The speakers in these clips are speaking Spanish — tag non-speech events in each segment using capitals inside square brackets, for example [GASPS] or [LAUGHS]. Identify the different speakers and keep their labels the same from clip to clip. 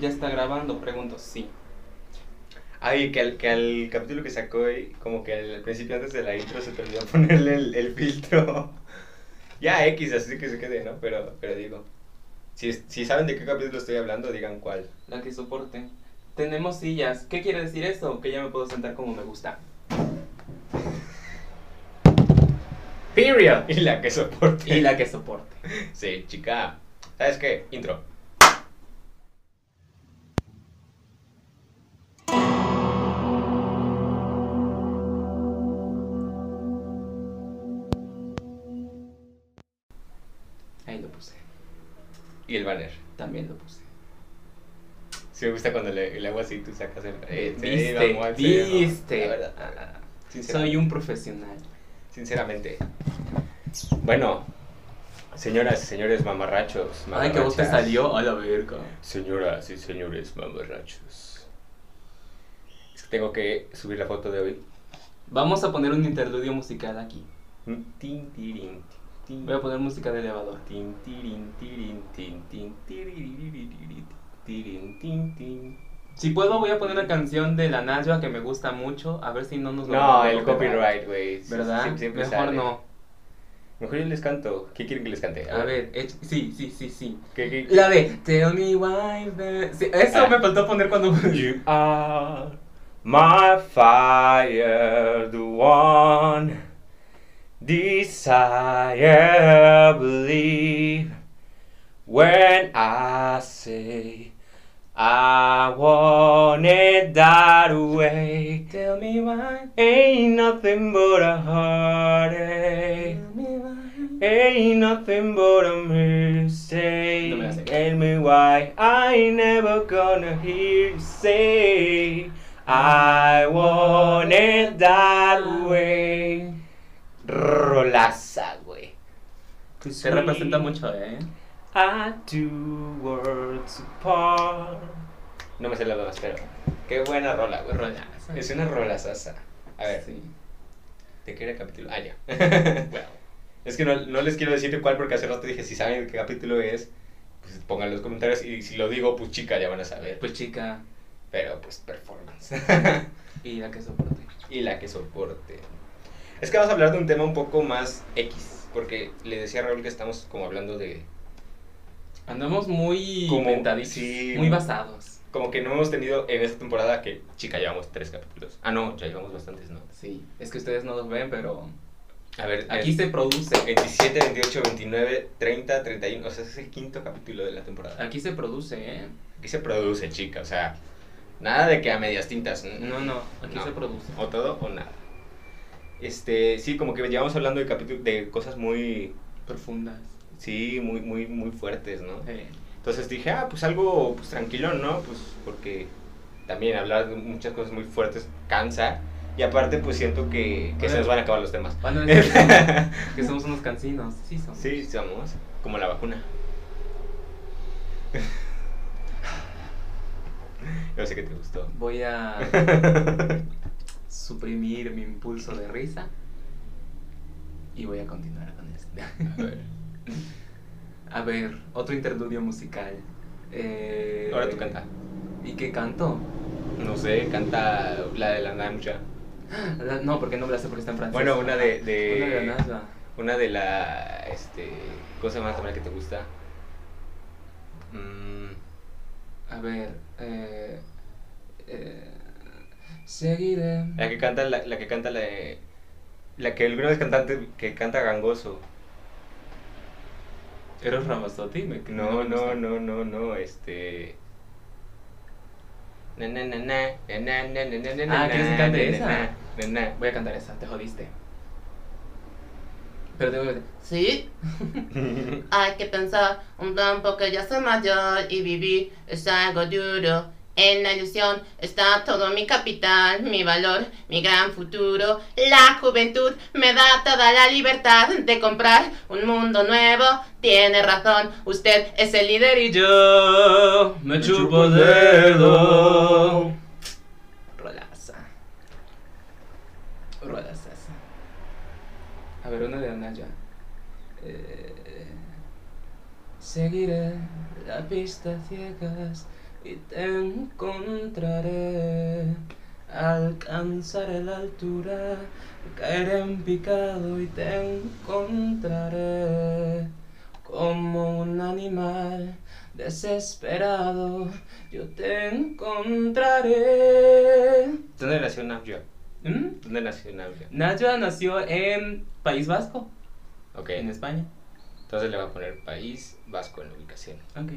Speaker 1: ¿Ya está grabando? Pregunto, sí.
Speaker 2: Ay, Ah, que al, que al capítulo que sacó hoy, como que al principio antes de la intro se te olvidó [LAUGHS] ponerle el, el filtro. ya X, así que se quede, ¿no? Pero, pero digo, si, es- si saben de qué capítulo estoy hablando, digan cuál. [LAUGHS]
Speaker 1: La que soporte. Tenemos sillas. ¿Qué quiere decir eso? Que ya me puedo sentar como me gusta. Period.
Speaker 2: Y la que soporte.
Speaker 1: Y la que soporte.
Speaker 2: Sí, chica. ¿Sabes qué? Intro.
Speaker 1: Ahí lo puse.
Speaker 2: Y el banner.
Speaker 1: También lo puse.
Speaker 2: Sí me gusta cuando le, le hago así, tú sacas el... eh, sí,
Speaker 1: viste,
Speaker 2: vamos al cero.
Speaker 1: viste. Ah,
Speaker 2: La verdad, la verdad. Sinceramente.
Speaker 1: Soy un profesional.
Speaker 2: Sinceramente. Bueno, señoras y señores mamarrachos.
Speaker 1: Ay, que vos te
Speaker 2: mamarrachas.
Speaker 1: salió a la verga.
Speaker 2: Señoras y señores mamarrachos. Es que tengo que subir la foto de hoy.
Speaker 1: Vamos a poner un interludio musical aquí.
Speaker 2: Mm, Tin, tirin, tin,
Speaker 1: Voy a poner música de elevador.
Speaker 2: tin, tirin, tirin, tin, tin, tiriririririri, tirin, tin, tin.
Speaker 1: Si puedo, voy a poner una canción de la Nayua que me gusta mucho. A ver si no nos lo
Speaker 2: No,
Speaker 1: van a
Speaker 2: el
Speaker 1: cobrar.
Speaker 2: copyright, güey. Sí,
Speaker 1: ¿Verdad?
Speaker 2: sí, siempre
Speaker 1: Mejor
Speaker 2: sale.
Speaker 1: no.
Speaker 2: Mejor yo les canto. ¿Qué quieren que les cante? Ah,
Speaker 1: A ver, ech- sí, sí, sí, sí.
Speaker 2: ¿Qué, qué-
Speaker 1: La de Tell me why. the- Sí, eso
Speaker 2: Ah.
Speaker 1: me faltó poner cuando.
Speaker 2: [LAUGHS] You are my fire, the one desire, believe. When I say I want it that way,
Speaker 1: [LAUGHS] Tell me why.
Speaker 2: ain't nothing but a heartache.
Speaker 1: Tell me why.
Speaker 2: Ain't nothing but a
Speaker 1: No me la
Speaker 2: mistake.
Speaker 1: sé.
Speaker 2: Tell me why I ain't never gonna hear you say I want it that way. Rolaza, güey.
Speaker 1: Se representa mucho, ¿eh?
Speaker 2: I two words apart. No me sé las dos, pero qué buena rola, güey.
Speaker 1: Rola.
Speaker 2: Es una rolazaza. A ver,
Speaker 1: Sí.
Speaker 2: ¿de qué era el capítulo? Ah, ya. Es que no, no les quiero decir de cuál porque hace rato dije, si saben qué capítulo es, pues pongan los comentarios y si lo digo, pues chica, ya van a saber.
Speaker 1: Pues chica,
Speaker 2: Pero pues performance. [LAUGHS]
Speaker 1: y la que soporte.
Speaker 2: y la que soporte. Es que vamos a hablar de un tema un poco más X, porque le decía a Raúl que estamos como hablando de...
Speaker 1: Andamos muy
Speaker 2: Como-
Speaker 1: inventadizos,
Speaker 2: sí.
Speaker 1: muy basados.
Speaker 2: Como que no hemos tenido en esta temporada que, chica, llevamos tres capítulos. Ah, no, ya llevamos bastantes, ¿no?
Speaker 1: Sí, es que ustedes no los ven, pero
Speaker 2: A ver,
Speaker 1: aquí se produce,
Speaker 2: 27, 28, 29, 30, 31. O sea, es el quinto capítulo de la temporada.
Speaker 1: aquí se produce, ¿eh?
Speaker 2: Aquí se produce, chica, o sea, nada de que a medias tintas.
Speaker 1: No, no, aquí
Speaker 2: No.
Speaker 1: se produce.
Speaker 2: O todo o nada. Este, sí, como que llevamos hablando de capítulo- de cosas muy
Speaker 1: Profundas.
Speaker 2: sí, muy muy muy fuertes, ¿no?
Speaker 1: Eh,
Speaker 2: Entonces dije, ah, pues algo pues tranquilo, ¿no? Pues porque también hablar de muchas cosas muy fuertes cansa y aparte pues siento que, que se nos van a acabar los temas.
Speaker 1: van a
Speaker 2: [LAUGHS]
Speaker 1: decir que- que somos unos cansinos, sí somos.
Speaker 2: sí, somos como la vacuna. [LAUGHS] Yo sé que te gustó.
Speaker 1: Voy
Speaker 2: [LAUGHS]
Speaker 1: a suprimir mi impulso de risa y voy a continuar con esto.
Speaker 2: A [LAUGHS] ver.
Speaker 1: A ver, otro interludio musical. Eh,
Speaker 2: Ahora tú canta.
Speaker 1: ¿Y qué canto?
Speaker 2: No sé, canta la de la Namja.
Speaker 1: La- No, porque no me la sé porque está en francés.
Speaker 2: Bueno, una de- de-
Speaker 1: Una de la NASA.
Speaker 2: Una de la. Este, cosa más también que te gusta. Mm,
Speaker 1: A ver, eh, eh, seguiré.
Speaker 2: la que canta la, la que canta la de- La que alguna vez cantante que canta gangoso.
Speaker 1: ¿Eres Ramazotti? Me-
Speaker 2: No,
Speaker 1: me
Speaker 2: no,
Speaker 1: gusta.
Speaker 2: no, no, no, este. Na, na, na, na, na, na, na, na, na, na,
Speaker 1: Ah, ¿quieres que
Speaker 2: na,
Speaker 1: cante
Speaker 2: na,
Speaker 1: esa?
Speaker 2: na, na, na.
Speaker 1: Voy a cantar esa, te jodiste. Pero te voy a decir, sí,
Speaker 3: Hay que pensar un tiempo que ya soy mayor y vivir es algo duro. En la ilusión está todo mi capital, mi valor, mi gran futuro. La juventud me da toda la libertad de comprar un mundo nuevo. Tiene razón, usted es el líder y yo
Speaker 1: me chupo el dedo. Rolaza. Rolaza. A ver, una de Anaya. Eh, seguiré la pista ciegas. y te encontraré. Alcanzaré la altura, caeré en picado y te encontraré. Como un animal desesperado, yo te encontraré.
Speaker 2: ¿Dónde nació Navjot?
Speaker 1: ¿Mm?
Speaker 2: ¿Dónde nació Navjot?
Speaker 1: Nadja nació en País Vasco,
Speaker 2: Ok,
Speaker 1: en España.
Speaker 2: entonces le voy a poner País Vasco en la ubicación.
Speaker 1: Ok.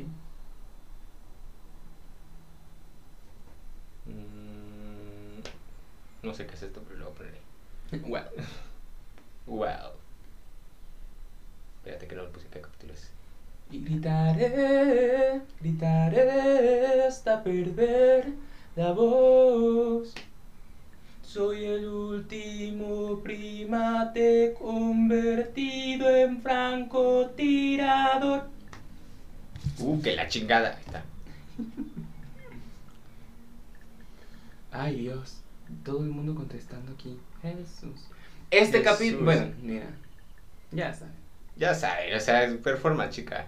Speaker 2: Mm, no sé qué es esto, pero lo voy a poner ahí.
Speaker 1: Bueno,
Speaker 2: Wow. Espérate que no le puse qué capítulo es.
Speaker 1: Y gritaré, gritaré hasta perder la voz. Soy el último primate convertido en francotirador.
Speaker 2: Uh, que la chingada. Ahí está.
Speaker 1: Ay Dios, todo el mundo contestando aquí. Jesús. Este capítulo...
Speaker 2: Jesús.
Speaker 1: Bueno, mira. Ya saben.
Speaker 2: Ya saben, o sea, es performance, chica.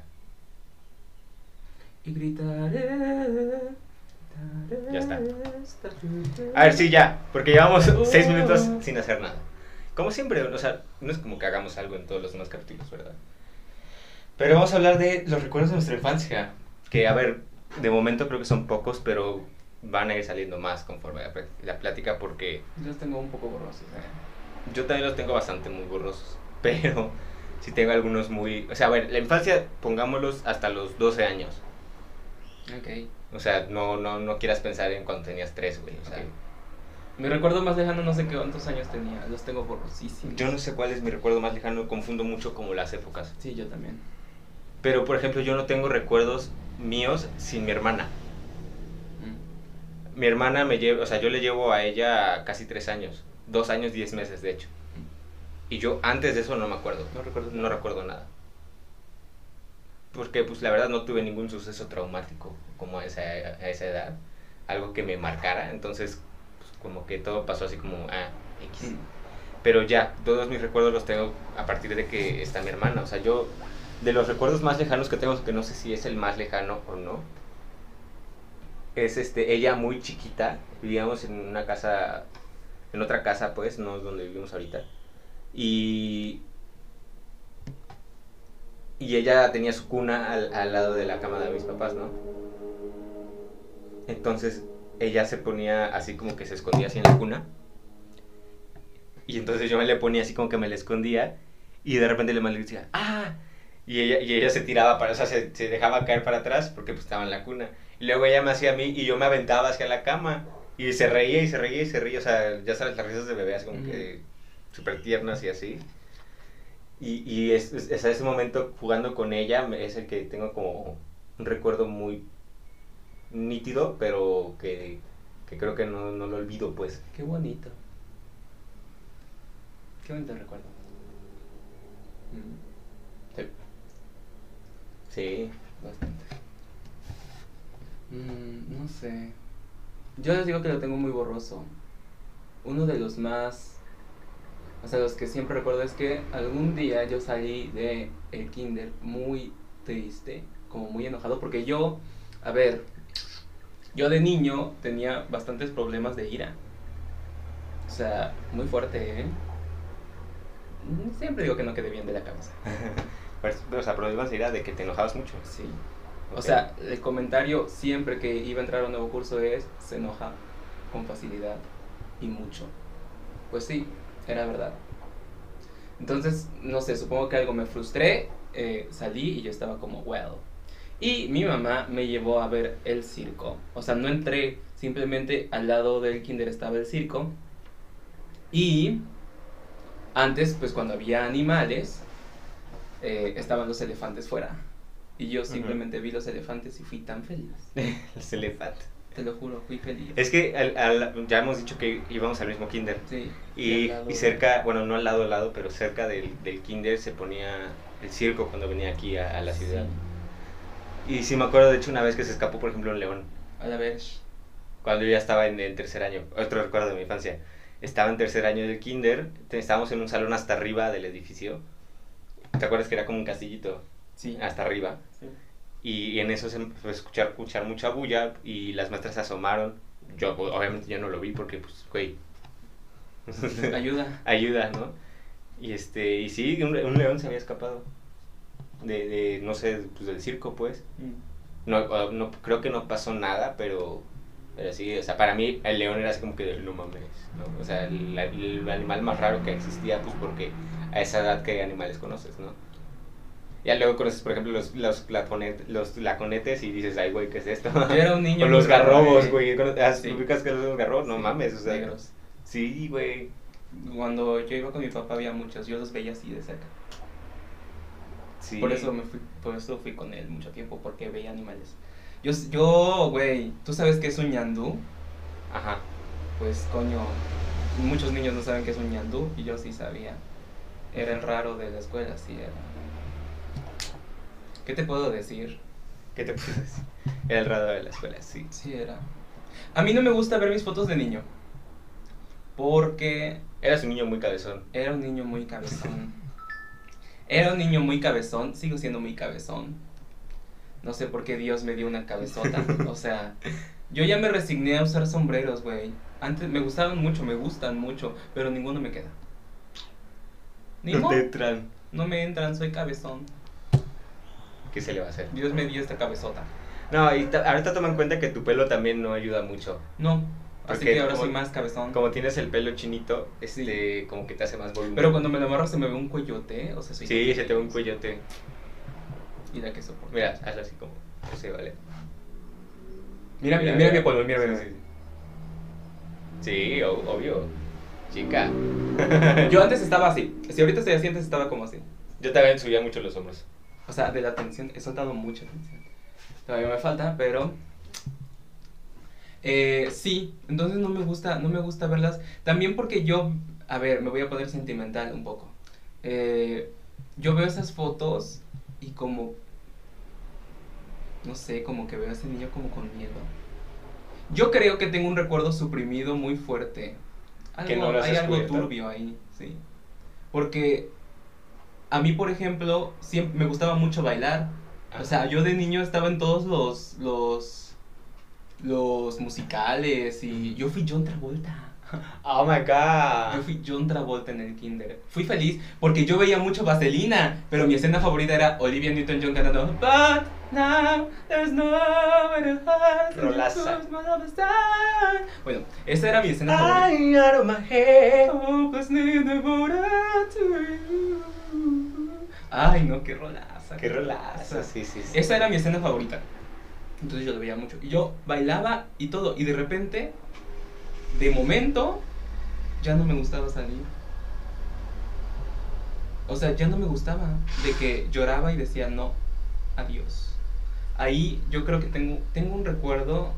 Speaker 1: Y gritaré. gritaré
Speaker 2: Ya está.
Speaker 1: hasta perder
Speaker 2: A ver, sí, ya, porque llevamos seis minutos sin hacer nada. Como siempre, o sea, no es como que hagamos algo en todos los demás capítulos, ¿verdad? Pero vamos a hablar de los recuerdos de nuestra infancia. Que, a ver, de momento creo que son pocos, pero van a ir saliendo más conforme la, pl- la plática porque
Speaker 1: Yo tengo un poco borrosos. ¿eh?
Speaker 2: yo también los tengo bastante muy borrosos, [LAUGHS] pero sí tengo algunos muy... O sea, a ver, la infancia pongámoslos hasta los 12 años.
Speaker 1: Ok.
Speaker 2: O sea, no, no, no quieras pensar en cuando tenías 3, güey. O sea,
Speaker 1: Ok. Mi recuerdo más lejano no sé qué cuántos años tenía, los tengo borrosísimos.
Speaker 2: Yo no sé cuál es mi recuerdo más lejano, confundo mucho como las épocas.
Speaker 1: Sí, yo también.
Speaker 2: Pero, por ejemplo, yo no tengo recuerdos míos sin mi hermana.
Speaker 1: Mm.
Speaker 2: Mi hermana me lleva, o sea, yo le llevo a ella casi tres años, dos años, diez meses, de hecho. Y yo antes de eso no me acuerdo,
Speaker 1: No recuerdo.
Speaker 2: no recuerdo nada. Porque, pues, la verdad no tuve ningún suceso traumático como a esa, a esa edad, algo que me marcara. Entonces, pues, como que todo pasó así como, ah, X.
Speaker 1: Mm.
Speaker 2: Pero ya, todos mis recuerdos los tengo a partir de que está mi hermana. O sea, yo, de los recuerdos más lejanos que tengo, que no sé si es el más lejano o no, es este, ella muy chiquita. Vivíamos en una casa, en otra casa, pues, no es donde vivimos ahorita. Y. Y ella tenía su cuna al, al lado de la cama de mis papás, ¿no? Entonces ella se ponía así como que se escondía así en la cuna. Y entonces yo me le ponía así como que me le escondía y de repente le maldecía, ¡ah! Y ella, y ella se tiraba para, o sea, se, se dejaba caer para atrás porque pues estaba en la cuna. Y luego ella me hacía a mí y yo me aventaba hacia la cama y se reía y se reía y se reía, o sea, ya sabes, las risas de bebé así como
Speaker 1: Ujú.
Speaker 2: que súper tiernas y así. Y, y es, es- es a ese momento jugando con ella me- es el que tengo como un recuerdo muy nítido, pero que, que creo que no, no lo olvido, pues.
Speaker 1: Qué bonito. Qué bonito recuerdo. Mm.
Speaker 2: Sí.
Speaker 1: Bastante. Mm, no sé. Yo les digo que lo tengo muy borroso. Uno de los más... O sea, los que siempre recuerdo es que algún día yo salí de el kinder muy triste, como muy enojado, porque yo, a ver, yo de niño tenía bastantes problemas de ira. O sea, muy fuerte, ¿eh? Mm, Siempre digo que no quedé bien de la cabeza.
Speaker 2: Pero, Pues, o sea, problemas era de que te enojabas mucho.
Speaker 1: Sí. O
Speaker 2: Ok. [LAUGHS]
Speaker 1: sea, el comentario siempre que iba a entrar a un nuevo curso es, se enoja con facilidad y mucho. Pues sí, era verdad. Entonces, no sé, supongo que algo me frustré, eh, salí y yo estaba como, well. Y mi mamá me llevó a ver el circo. O sea, no entré, simplemente al lado del kinder estaba el circo. Y antes, pues cuando había animales, eh, estaban los elefantes fuera. Y yo
Speaker 2: Ujú.
Speaker 1: simplemente vi los elefantes y fui tan
Speaker 2: [LAUGHS]
Speaker 1: feliz.
Speaker 2: los elefantes.
Speaker 1: Te lo juro, fui feliz.
Speaker 2: Es que al- al- ya hemos dicho que íbamos al mismo kinder.
Speaker 1: Sí.
Speaker 2: Y,
Speaker 1: al lado
Speaker 2: y
Speaker 1: de-
Speaker 2: cerca, bueno, no al lado al lado, pero cerca del, del kinder se ponía el circo cuando venía aquí a, a la
Speaker 1: Sí,
Speaker 2: ciudad. Y sí me acuerdo, de hecho, una vez que se escapó, por ejemplo, un león.
Speaker 1: a la ver.
Speaker 2: cuando yo ya estaba en el tercer año, otro recuerdo de mi infancia, estaba en tercer año del kinder, te- estábamos en un salón hasta arriba del edificio, ¿te acuerdas que era como un castillito?
Speaker 1: Sí.
Speaker 2: Hasta arriba.
Speaker 1: Sí.
Speaker 2: y, y en eso se empezó a escuchar, escuchar mucha bulla y las maestras se asomaron. Yo o- obviamente yo no lo vi porque, pues, güey, [LAUGHS]
Speaker 1: Ayuda.
Speaker 2: ayuda, ¿no? Y, este, y sí, un, un león se había escapado de, de, no sé, pues del circo, pues. No, o- no, creo que no pasó nada, pero, pero sí, o sea, para mí el león era así como que no mames, ¿no? O sea, el, el animal más raro que existía, pues porque a esa edad que animales conoces, ¿no? Ya luego conoces, por ejemplo, los, los, laconet- los laconetes y dices, ay, güey, ¿qué es esto?
Speaker 1: Yo
Speaker 2: [LAUGHS]
Speaker 1: era un niño.
Speaker 2: o los
Speaker 1: muy raro,
Speaker 2: garrobos,
Speaker 1: eh.
Speaker 2: güey. ¿conoces- ah,
Speaker 1: Sí.
Speaker 2: ¿Ubicas que son los garrobos? No
Speaker 1: Sí,
Speaker 2: mames, o sea.
Speaker 1: negros.
Speaker 2: Sí, güey.
Speaker 1: Cuando yo iba con mi papá había muchos, yo los veía así de cerca.
Speaker 2: Sí.
Speaker 1: Por eso me fui, por eso fui con él mucho tiempo, porque veía animales. Yo, s- yo, güey, ¿tú sabes qué es un ñandú?
Speaker 2: Ajá.
Speaker 1: Pues, coño, muchos niños no saben qué es un ñandú, y yo sí sabía. Era el raro de la escuela, sí era. ¿Qué te puedo decir?
Speaker 2: ¿Qué te puedo decir? [LAUGHS] Era el radar de la escuela, sí.
Speaker 1: Sí era. A mí no me gusta ver mis fotos de niño, porque
Speaker 2: Eras un niño muy cabezón.
Speaker 1: Era un niño muy cabezón. Era un niño muy cabezón, sigo siendo muy cabezón. No sé por qué Dios me dio una cabezota. O sea, yo ya me resigné a usar sombreros, güey. Antes me gustaban mucho, me gustan mucho, pero ninguno me queda. Ni
Speaker 2: No
Speaker 1: modo,
Speaker 2: te entran.
Speaker 1: no me entran, soy cabezón.
Speaker 2: ¿Qué se le va a hacer?
Speaker 1: Dios me dio esta cabezota.
Speaker 2: No, y ta- ahorita toma en cuenta que tu pelo también no ayuda mucho.
Speaker 1: No, así
Speaker 2: Ok,
Speaker 1: que ahora
Speaker 2: como-
Speaker 1: soy más cabezón.
Speaker 2: Como tienes el pelo chinito, este, como que te hace más volumen.
Speaker 1: Pero cuando me lo amarro se me ve un cuellote, o sea, soy
Speaker 2: Sí, se te ve un cuellote.
Speaker 1: Mira que soporte.
Speaker 2: Mira, hazlo así como. Sí, vale.
Speaker 1: Mira, mira, mira mi polvo,
Speaker 2: polvo,
Speaker 1: mira, mira.
Speaker 2: Sí, sí. Sí, o- obvio. Chica.
Speaker 1: Yo antes estaba así. Si ahorita estoy así, antes estaba como así.
Speaker 2: Yo también subía mucho los hombros.
Speaker 1: O sea, de la atención, he soltado mucha atención. Todavía me falta, pero. Eh, sí, entonces no me gusta, no me gusta verlas. También porque yo, a ver, me voy a poner sentimental un poco. Eh, yo veo esas fotos y como, no sé, como que veo a ese niño como con miedo. Yo creo que tengo un recuerdo suprimido muy fuerte.
Speaker 2: Que no
Speaker 1: Algo-
Speaker 2: lo has
Speaker 1: hay algo
Speaker 2: descubierto.
Speaker 1: turbio ahí, sí. Porque a mí, por ejemplo, siempre me gustaba mucho bailar. O sea, yo de niño estaba en todos los los los musicales y yo fui John Travolta.
Speaker 2: Oh my
Speaker 1: Yo
Speaker 2: god.
Speaker 1: fui John Travolta en el kinder. Fui feliz porque yo veía mucho Vaselina, pero mi escena favorita era Olivia Newton-John cantando But now there's nowhere to hide. so you
Speaker 2: Rolaza.
Speaker 1: put my love aside. Bueno, esa era mi escena favorita.
Speaker 2: I out of my head.
Speaker 1: Hopeless, need to go down to you. Ay, no, qué rolaza.
Speaker 2: Qué rolazo. Sí, sí, sí.
Speaker 1: Esa era mi escena favorita. Entonces yo lo veía mucho. Y yo bailaba y todo. Y de repente, de momento, ya no me gustaba salir. O sea, ya no me gustaba. De que lloraba y decía, no, adiós. Ahí yo creo que tengo, tengo un recuerdo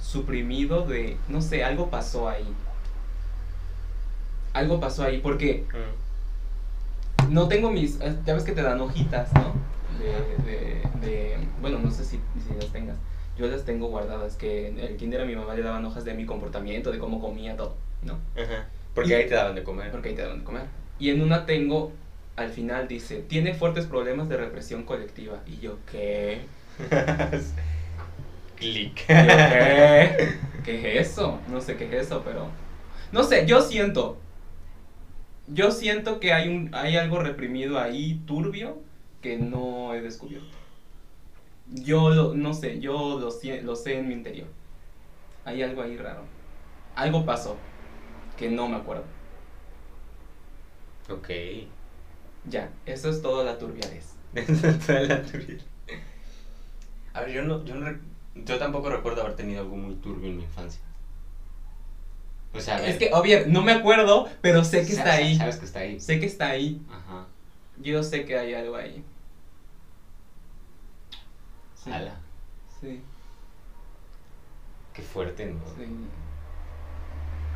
Speaker 1: suprimido de, no sé, algo pasó ahí. Algo pasó ahí. Porque
Speaker 2: Mm.
Speaker 1: no tengo mis. eh, Ya ves que te dan hojitas, ¿no? De. de, de bueno, no sé si, si las tengas. Yo las tengo guardadas, que en el kinder a mi mamá le daban hojas de mi comportamiento, de cómo comía todo, ¿no?
Speaker 2: Ajá. Porque ahí te daban de comer.
Speaker 1: Porque ahí te daban de comer. Y en una tengo, al final dice, tiene fuertes problemas de represión colectiva. Y yo, ¿qué? [LAUGHS]
Speaker 2: Click.
Speaker 1: Yo, ¿Qué? ¿Qué es eso? No sé qué es eso, pero... No sé, yo siento... Yo siento que hay, un, hay algo reprimido ahí, turbio, que no he descubierto. Yo lo, no sé, yo lo, sie- lo sé en mi interior. Hay algo ahí raro. Algo pasó, que no me acuerdo.
Speaker 2: Ok.
Speaker 1: Ya, eso es toda la turbiadez.
Speaker 2: [LAUGHS] Toda la turbia. A ver, yo no, yo no, rec- yo tampoco recuerdo haber tenido algo muy turbio en mi infancia. O sea, a ver,
Speaker 1: Es que, obvio, no me acuerdo, pero sé que
Speaker 2: sa-
Speaker 1: está
Speaker 2: sa-
Speaker 1: ahí.
Speaker 2: Sabes que está ahí.
Speaker 1: Sé que está ahí.
Speaker 2: Ajá.
Speaker 1: Yo sé que hay algo ahí. Sí.
Speaker 2: Ala,
Speaker 1: Sí,
Speaker 2: qué fuerte, ¿no?
Speaker 1: sí.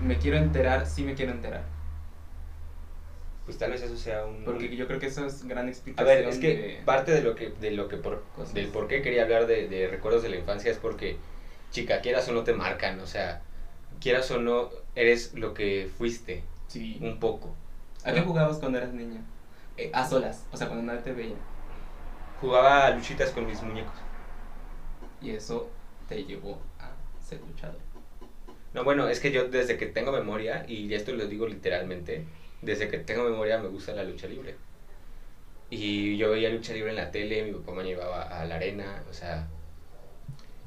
Speaker 1: Me quiero enterar, sí me quiero enterar.
Speaker 2: Pues tal vez eso sea un.
Speaker 1: Porque yo creo que eso es gran
Speaker 2: A
Speaker 1: explicación.
Speaker 2: ver, es que
Speaker 1: de-
Speaker 2: parte de lo que, de lo que por,
Speaker 1: Cosas.
Speaker 2: del por qué quería hablar de, de recuerdos de la infancia es porque, chica, quieras o no te marcan, o sea, quieras o no, eres lo que fuiste, Mm,
Speaker 1: Sí.
Speaker 2: un poco.
Speaker 1: ¿A qué jugabas cuando eras niña? Eh, a solas, o sea, cuando nadie te veía.
Speaker 2: Jugaba luchitas con mis muñecos.
Speaker 1: Y eso te llevó a ser luchador.
Speaker 2: No, bueno, es que yo desde que tengo memoria, y esto lo digo literalmente, desde que tengo memoria me gusta la lucha libre. Y yo veía lucha libre en la tele, mi papá me llevaba a la arena, o sea...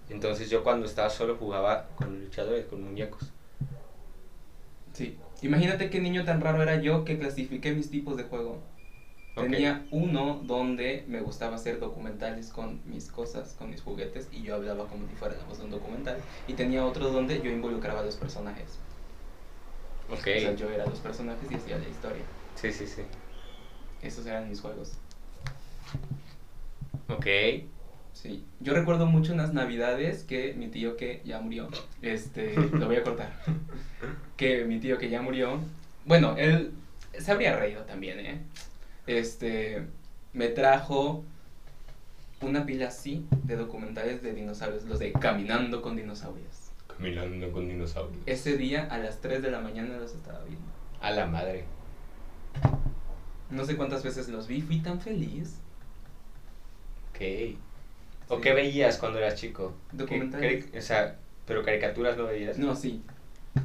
Speaker 2: Entonces yo cuando estaba solo jugaba con luchadores, con muñecos.
Speaker 1: Sí. Imagínate qué niño tan raro era yo que clasifiqué mis tipos de juego.
Speaker 2: Ok.
Speaker 1: Tenía uno donde me gustaba hacer documentales con mis cosas, con mis juguetes, y yo hablaba como si fuera la voz de un documental. Y tenía otro donde yo involucraba a los personajes.
Speaker 2: Ok.
Speaker 1: O sea, yo era los personajes y hacía la historia.
Speaker 2: Sí, sí, sí.
Speaker 1: Esos eran mis juegos.
Speaker 2: Ok.
Speaker 1: Sí. Yo recuerdo mucho unas navidades que mi tío que ya murió, este, lo voy a cortar, que mi tío que ya murió, bueno, él se habría reído también, ¿eh? Este, me trajo una pila así de documentales de dinosaurios, los de Caminando con Dinosaurios.
Speaker 2: Caminando con dinosaurios.
Speaker 1: Ese día a las 3 de la mañana los estaba viendo.
Speaker 2: Eh, A la madre.
Speaker 1: No sé cuántas veces los vi, fui tan feliz.
Speaker 2: Ok. ¿O
Speaker 1: Sí.
Speaker 2: qué veías cuando eras chico? ¿Qué-
Speaker 1: Documentales.
Speaker 2: cari- o sea, pero caricaturas no veías.
Speaker 1: No, sí.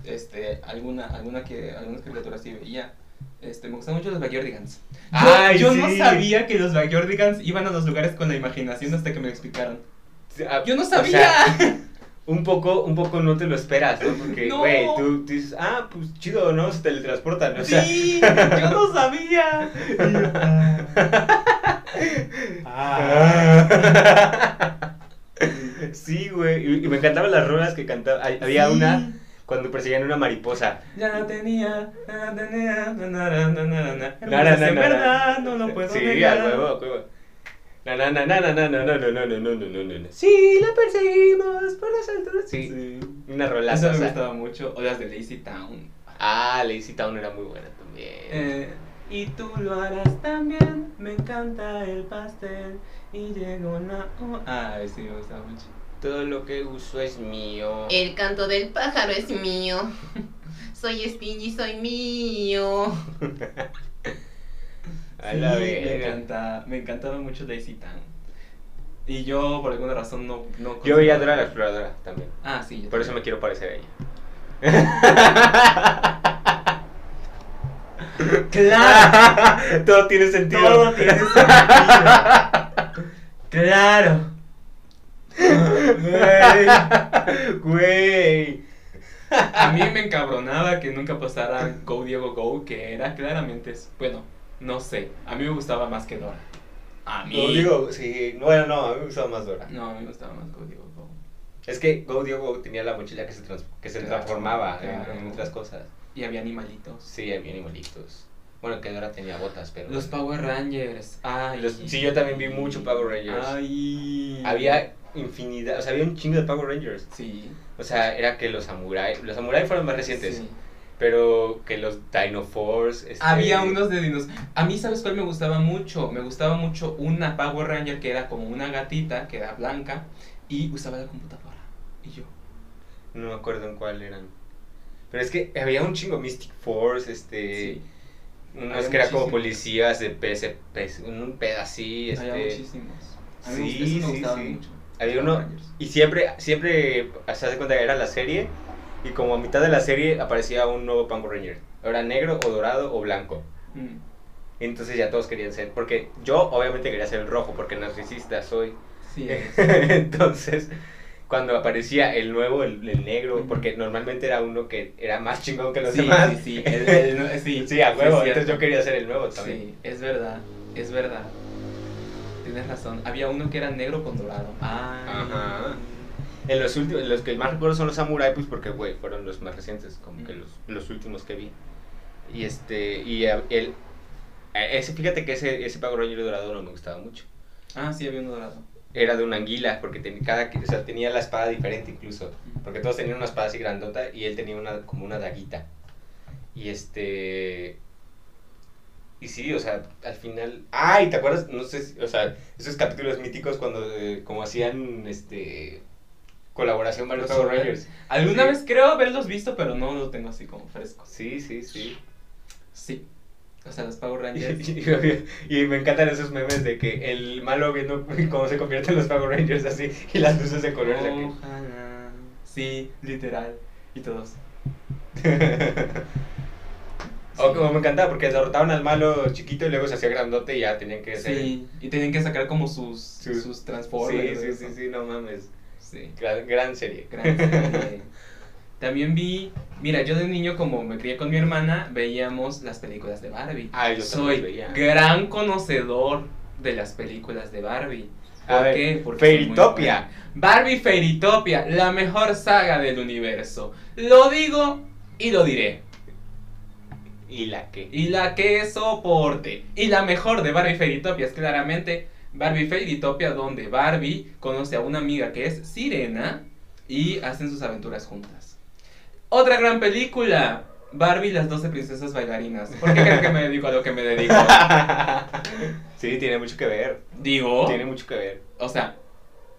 Speaker 1: Este, alguna, alguna que, algunas caricaturas sí veía. Este, me gustaban mucho los Backyardigans. Yo,
Speaker 2: ¡Ay,
Speaker 1: yo
Speaker 2: sí!
Speaker 1: no sabía que los Backyardigans iban a los lugares con la imaginación hasta que me lo explicaron.
Speaker 2: Ah,
Speaker 1: Yo no
Speaker 2: o sea,
Speaker 1: sabía. [LAUGHS]
Speaker 2: un poco, un poco no te lo esperas, ¿no? Porque,
Speaker 1: No.
Speaker 2: güey, tú, tú dices, ah, pues chido, ¿no? Se teletransportan, ¿no? O sea,
Speaker 1: sí, yo no sabía. Y yo, ah. Ah.
Speaker 2: [LAUGHS] sí, güey. Y, y me encantaban las rolas que cantaba. Hay- [LAUGHS] Había
Speaker 1: Sí.
Speaker 2: una cuando perseguían una mariposa.
Speaker 1: Ya la tenía, ya la tenía, na, na, na, na, na, na.
Speaker 2: Na, na,
Speaker 1: Hermosa,
Speaker 2: na,
Speaker 1: en
Speaker 2: na,
Speaker 1: verdad,
Speaker 2: na.
Speaker 1: no lo puedo
Speaker 2: sí,
Speaker 1: negar.
Speaker 2: a huevo, a huevo. Na, na, na, na, na, na, na, na, na, na, na, na, na, na, na. Sí, la perseguimos por las alturas. Sí,
Speaker 1: Sí.
Speaker 2: una rolaza.
Speaker 1: Eso
Speaker 2: o
Speaker 1: me
Speaker 2: sea.
Speaker 1: gustaba mucho. O las de Lazy Town.
Speaker 2: Ah, Lazy Town era muy buena también.
Speaker 1: Eh, y tú lo harás también, me encanta el pastel y llegó una... oh- Ay, sí, me gusta mucho.
Speaker 2: Todo lo que uso es mío.
Speaker 1: Eh,
Speaker 3: El canto del pájaro es mío. [LAUGHS] Soy Stingy, soy mío.
Speaker 2: A
Speaker 1: Sí,
Speaker 2: la
Speaker 1: me,
Speaker 2: verga.
Speaker 1: encanta, me encantaba mucho Daisy Town. Y yo, por alguna razón, no... no
Speaker 2: Yo veía a Dora
Speaker 1: consideraba-
Speaker 2: la Exploradora también.
Speaker 1: Ah, sí. yo
Speaker 2: Por eso me
Speaker 1: también.
Speaker 2: quiero parecer a ella.
Speaker 1: [LAUGHS] ¡Claro!
Speaker 2: [LAUGHS] Todo tiene sentido.
Speaker 1: Todo tiene
Speaker 2: [LAUGHS]
Speaker 1: sentido.
Speaker 2: [LAUGHS]
Speaker 1: ¡Claro! Güey.
Speaker 2: Güey.
Speaker 1: A mí me encabronaba que nunca pasara Go Diego Go, que era claramente... es- Bueno, no sé. A mí me gustaba más que Dora. A mí...
Speaker 2: Go Diego, sí. Bueno, no, a mí me gustaba más Dora.
Speaker 1: No, a mí me gustaba más Go Diego Go.
Speaker 2: Es que Go Diego tenía la mochila que se, trans- que se
Speaker 1: Claro,
Speaker 2: transformaba en-
Speaker 1: claro.
Speaker 2: en, otras cosas.
Speaker 1: Y había animalitos.
Speaker 2: Sí, había animalitos. Bueno, que Dora tenía botas, pero.
Speaker 1: Los Power Rangers. Ay.
Speaker 2: Los- sí, yo también vi mucho Power Rangers.
Speaker 1: Ay.
Speaker 2: Había infinidad, o sea, había un chingo de Power Rangers.
Speaker 1: Sí.
Speaker 2: O sea, era que los samuráis, los samuráis fueron más recientes,
Speaker 1: sí.
Speaker 2: pero que los Dino Force. este,
Speaker 1: Había unos de dinos. A mí, ¿sabes cuál me gustaba mucho? Me gustaba mucho una Power Ranger que era como una gatita, que era blanca, y usaba la computadora. Y yo.
Speaker 2: No me acuerdo en cuál eran. Pero es que había un chingo Mystic Force, este,
Speaker 1: Sí.
Speaker 2: unos
Speaker 1: había
Speaker 2: que eran como
Speaker 1: muchísimos.
Speaker 2: policías de PC, un pedo así, este.
Speaker 1: Había muchísimos. A mí me
Speaker 2: sí,
Speaker 1: gust- esos me
Speaker 2: sí,
Speaker 1: gustaban
Speaker 2: sí.
Speaker 1: mucho.
Speaker 2: Había
Speaker 1: Los
Speaker 2: uno-
Speaker 1: Power Rangers.
Speaker 2: Y siempre, siempre, o sea, se hace cuenta que era la serie, y como a mitad de la serie aparecía un nuevo Power Ranger. Era negro o dorado o blanco.
Speaker 1: Mm,
Speaker 2: Entonces ya todos querían ser, porque yo obviamente quería ser el rojo, porque narcisista soy. [LAUGHS]
Speaker 1: Sí.
Speaker 2: Eh,
Speaker 1: es.
Speaker 2: Entonces, cuando aparecía el nuevo, el, el negro,
Speaker 1: Ujú.
Speaker 2: porque normalmente era uno que era más chingón que los
Speaker 1: Sí,
Speaker 2: demás.
Speaker 1: sí, sí,
Speaker 2: [LAUGHS]
Speaker 1: el- el- sí,
Speaker 2: Sí, a
Speaker 1: sí,
Speaker 2: huevo,
Speaker 1: es
Speaker 2: entonces
Speaker 1: cierto.
Speaker 2: yo quería ser el nuevo también.
Speaker 1: Sí, es verdad, es verdad. Tienes razón. Había uno que era negro con dorado. Ay.
Speaker 2: Ajá. En los últimos, los que más recuerdo son los samurai, pues porque, güey, fueron los más recientes, como que los, los últimos que vi. Y este, y a- el, a- ese, fíjate que ese, ese Power Ranger dorado no me gustaba mucho.
Speaker 1: Ah, sí, había uno dorado.
Speaker 2: Era de una anguila, porque ten- cada, o sea, tenía la espada diferente incluso. Porque todos tenían una espada así grandota y él tenía una como una daguita. Y este. Y sí, o sea, al final. ¡Ay! ¿Te acuerdas? No sé si- O sea, esos capítulos míticos cuando eh, como hacían este. Colaboración varios
Speaker 1: Los
Speaker 2: Power
Speaker 1: Power
Speaker 2: Rangers.
Speaker 1: Alguna
Speaker 2: Sí.
Speaker 1: vez creo haberlos visto, pero no los tengo así como frescos.
Speaker 2: Sí, sí, sí.
Speaker 1: Sí. O sea, los Power
Speaker 2: [LAUGHS] Y,
Speaker 1: Rangers.
Speaker 2: y- y me encantan esos memes de que el malo viendo [LAUGHS] cómo se convierten los Power Rangers así y las luces de colores aquí.
Speaker 1: Ojalá. Sí, literal. Y todos.
Speaker 2: Oh. [LAUGHS] O como me encantaba porque derrotaban al malo chiquito y luego se hacía grandote y ya tenían que ser.
Speaker 1: Sí, y tenían que sacar como sus,
Speaker 2: Sus-
Speaker 1: sus,
Speaker 2: sí,
Speaker 1: Transformers.
Speaker 2: sí,
Speaker 1: eso.
Speaker 2: sí, sí, no mames.
Speaker 1: Sí.
Speaker 2: Gran, gran serie.
Speaker 1: Gran
Speaker 2: [LAUGHS]
Speaker 1: serie. También vi, mira, yo de niño como me crié con mi hermana, veíamos las películas de Barbie.
Speaker 2: Ah, yo
Speaker 1: Soy
Speaker 2: también veía.
Speaker 1: gran conocedor de las películas de Barbie.
Speaker 2: A
Speaker 1: ¿Por
Speaker 2: ver,
Speaker 1: qué? Porque soy muy
Speaker 2: Fairytopia.
Speaker 1: Barbie Fairytopia, la mejor saga del universo. Lo digo y lo diré.
Speaker 2: ¿Y la que?
Speaker 1: Y la que soporte. Y la mejor de Barbie Fairytopia es claramente Barbie Fairytopia, donde Barbie conoce a una amiga que es Sirena y hacen sus aventuras juntas. Otra gran película. Barbie y las 12 princesas bailarinas. ¿Por qué creen que me dedico a lo que me dedico?
Speaker 2: sí, tiene mucho que ver.
Speaker 1: Digo,
Speaker 2: Tiene mucho que ver.
Speaker 1: o sea,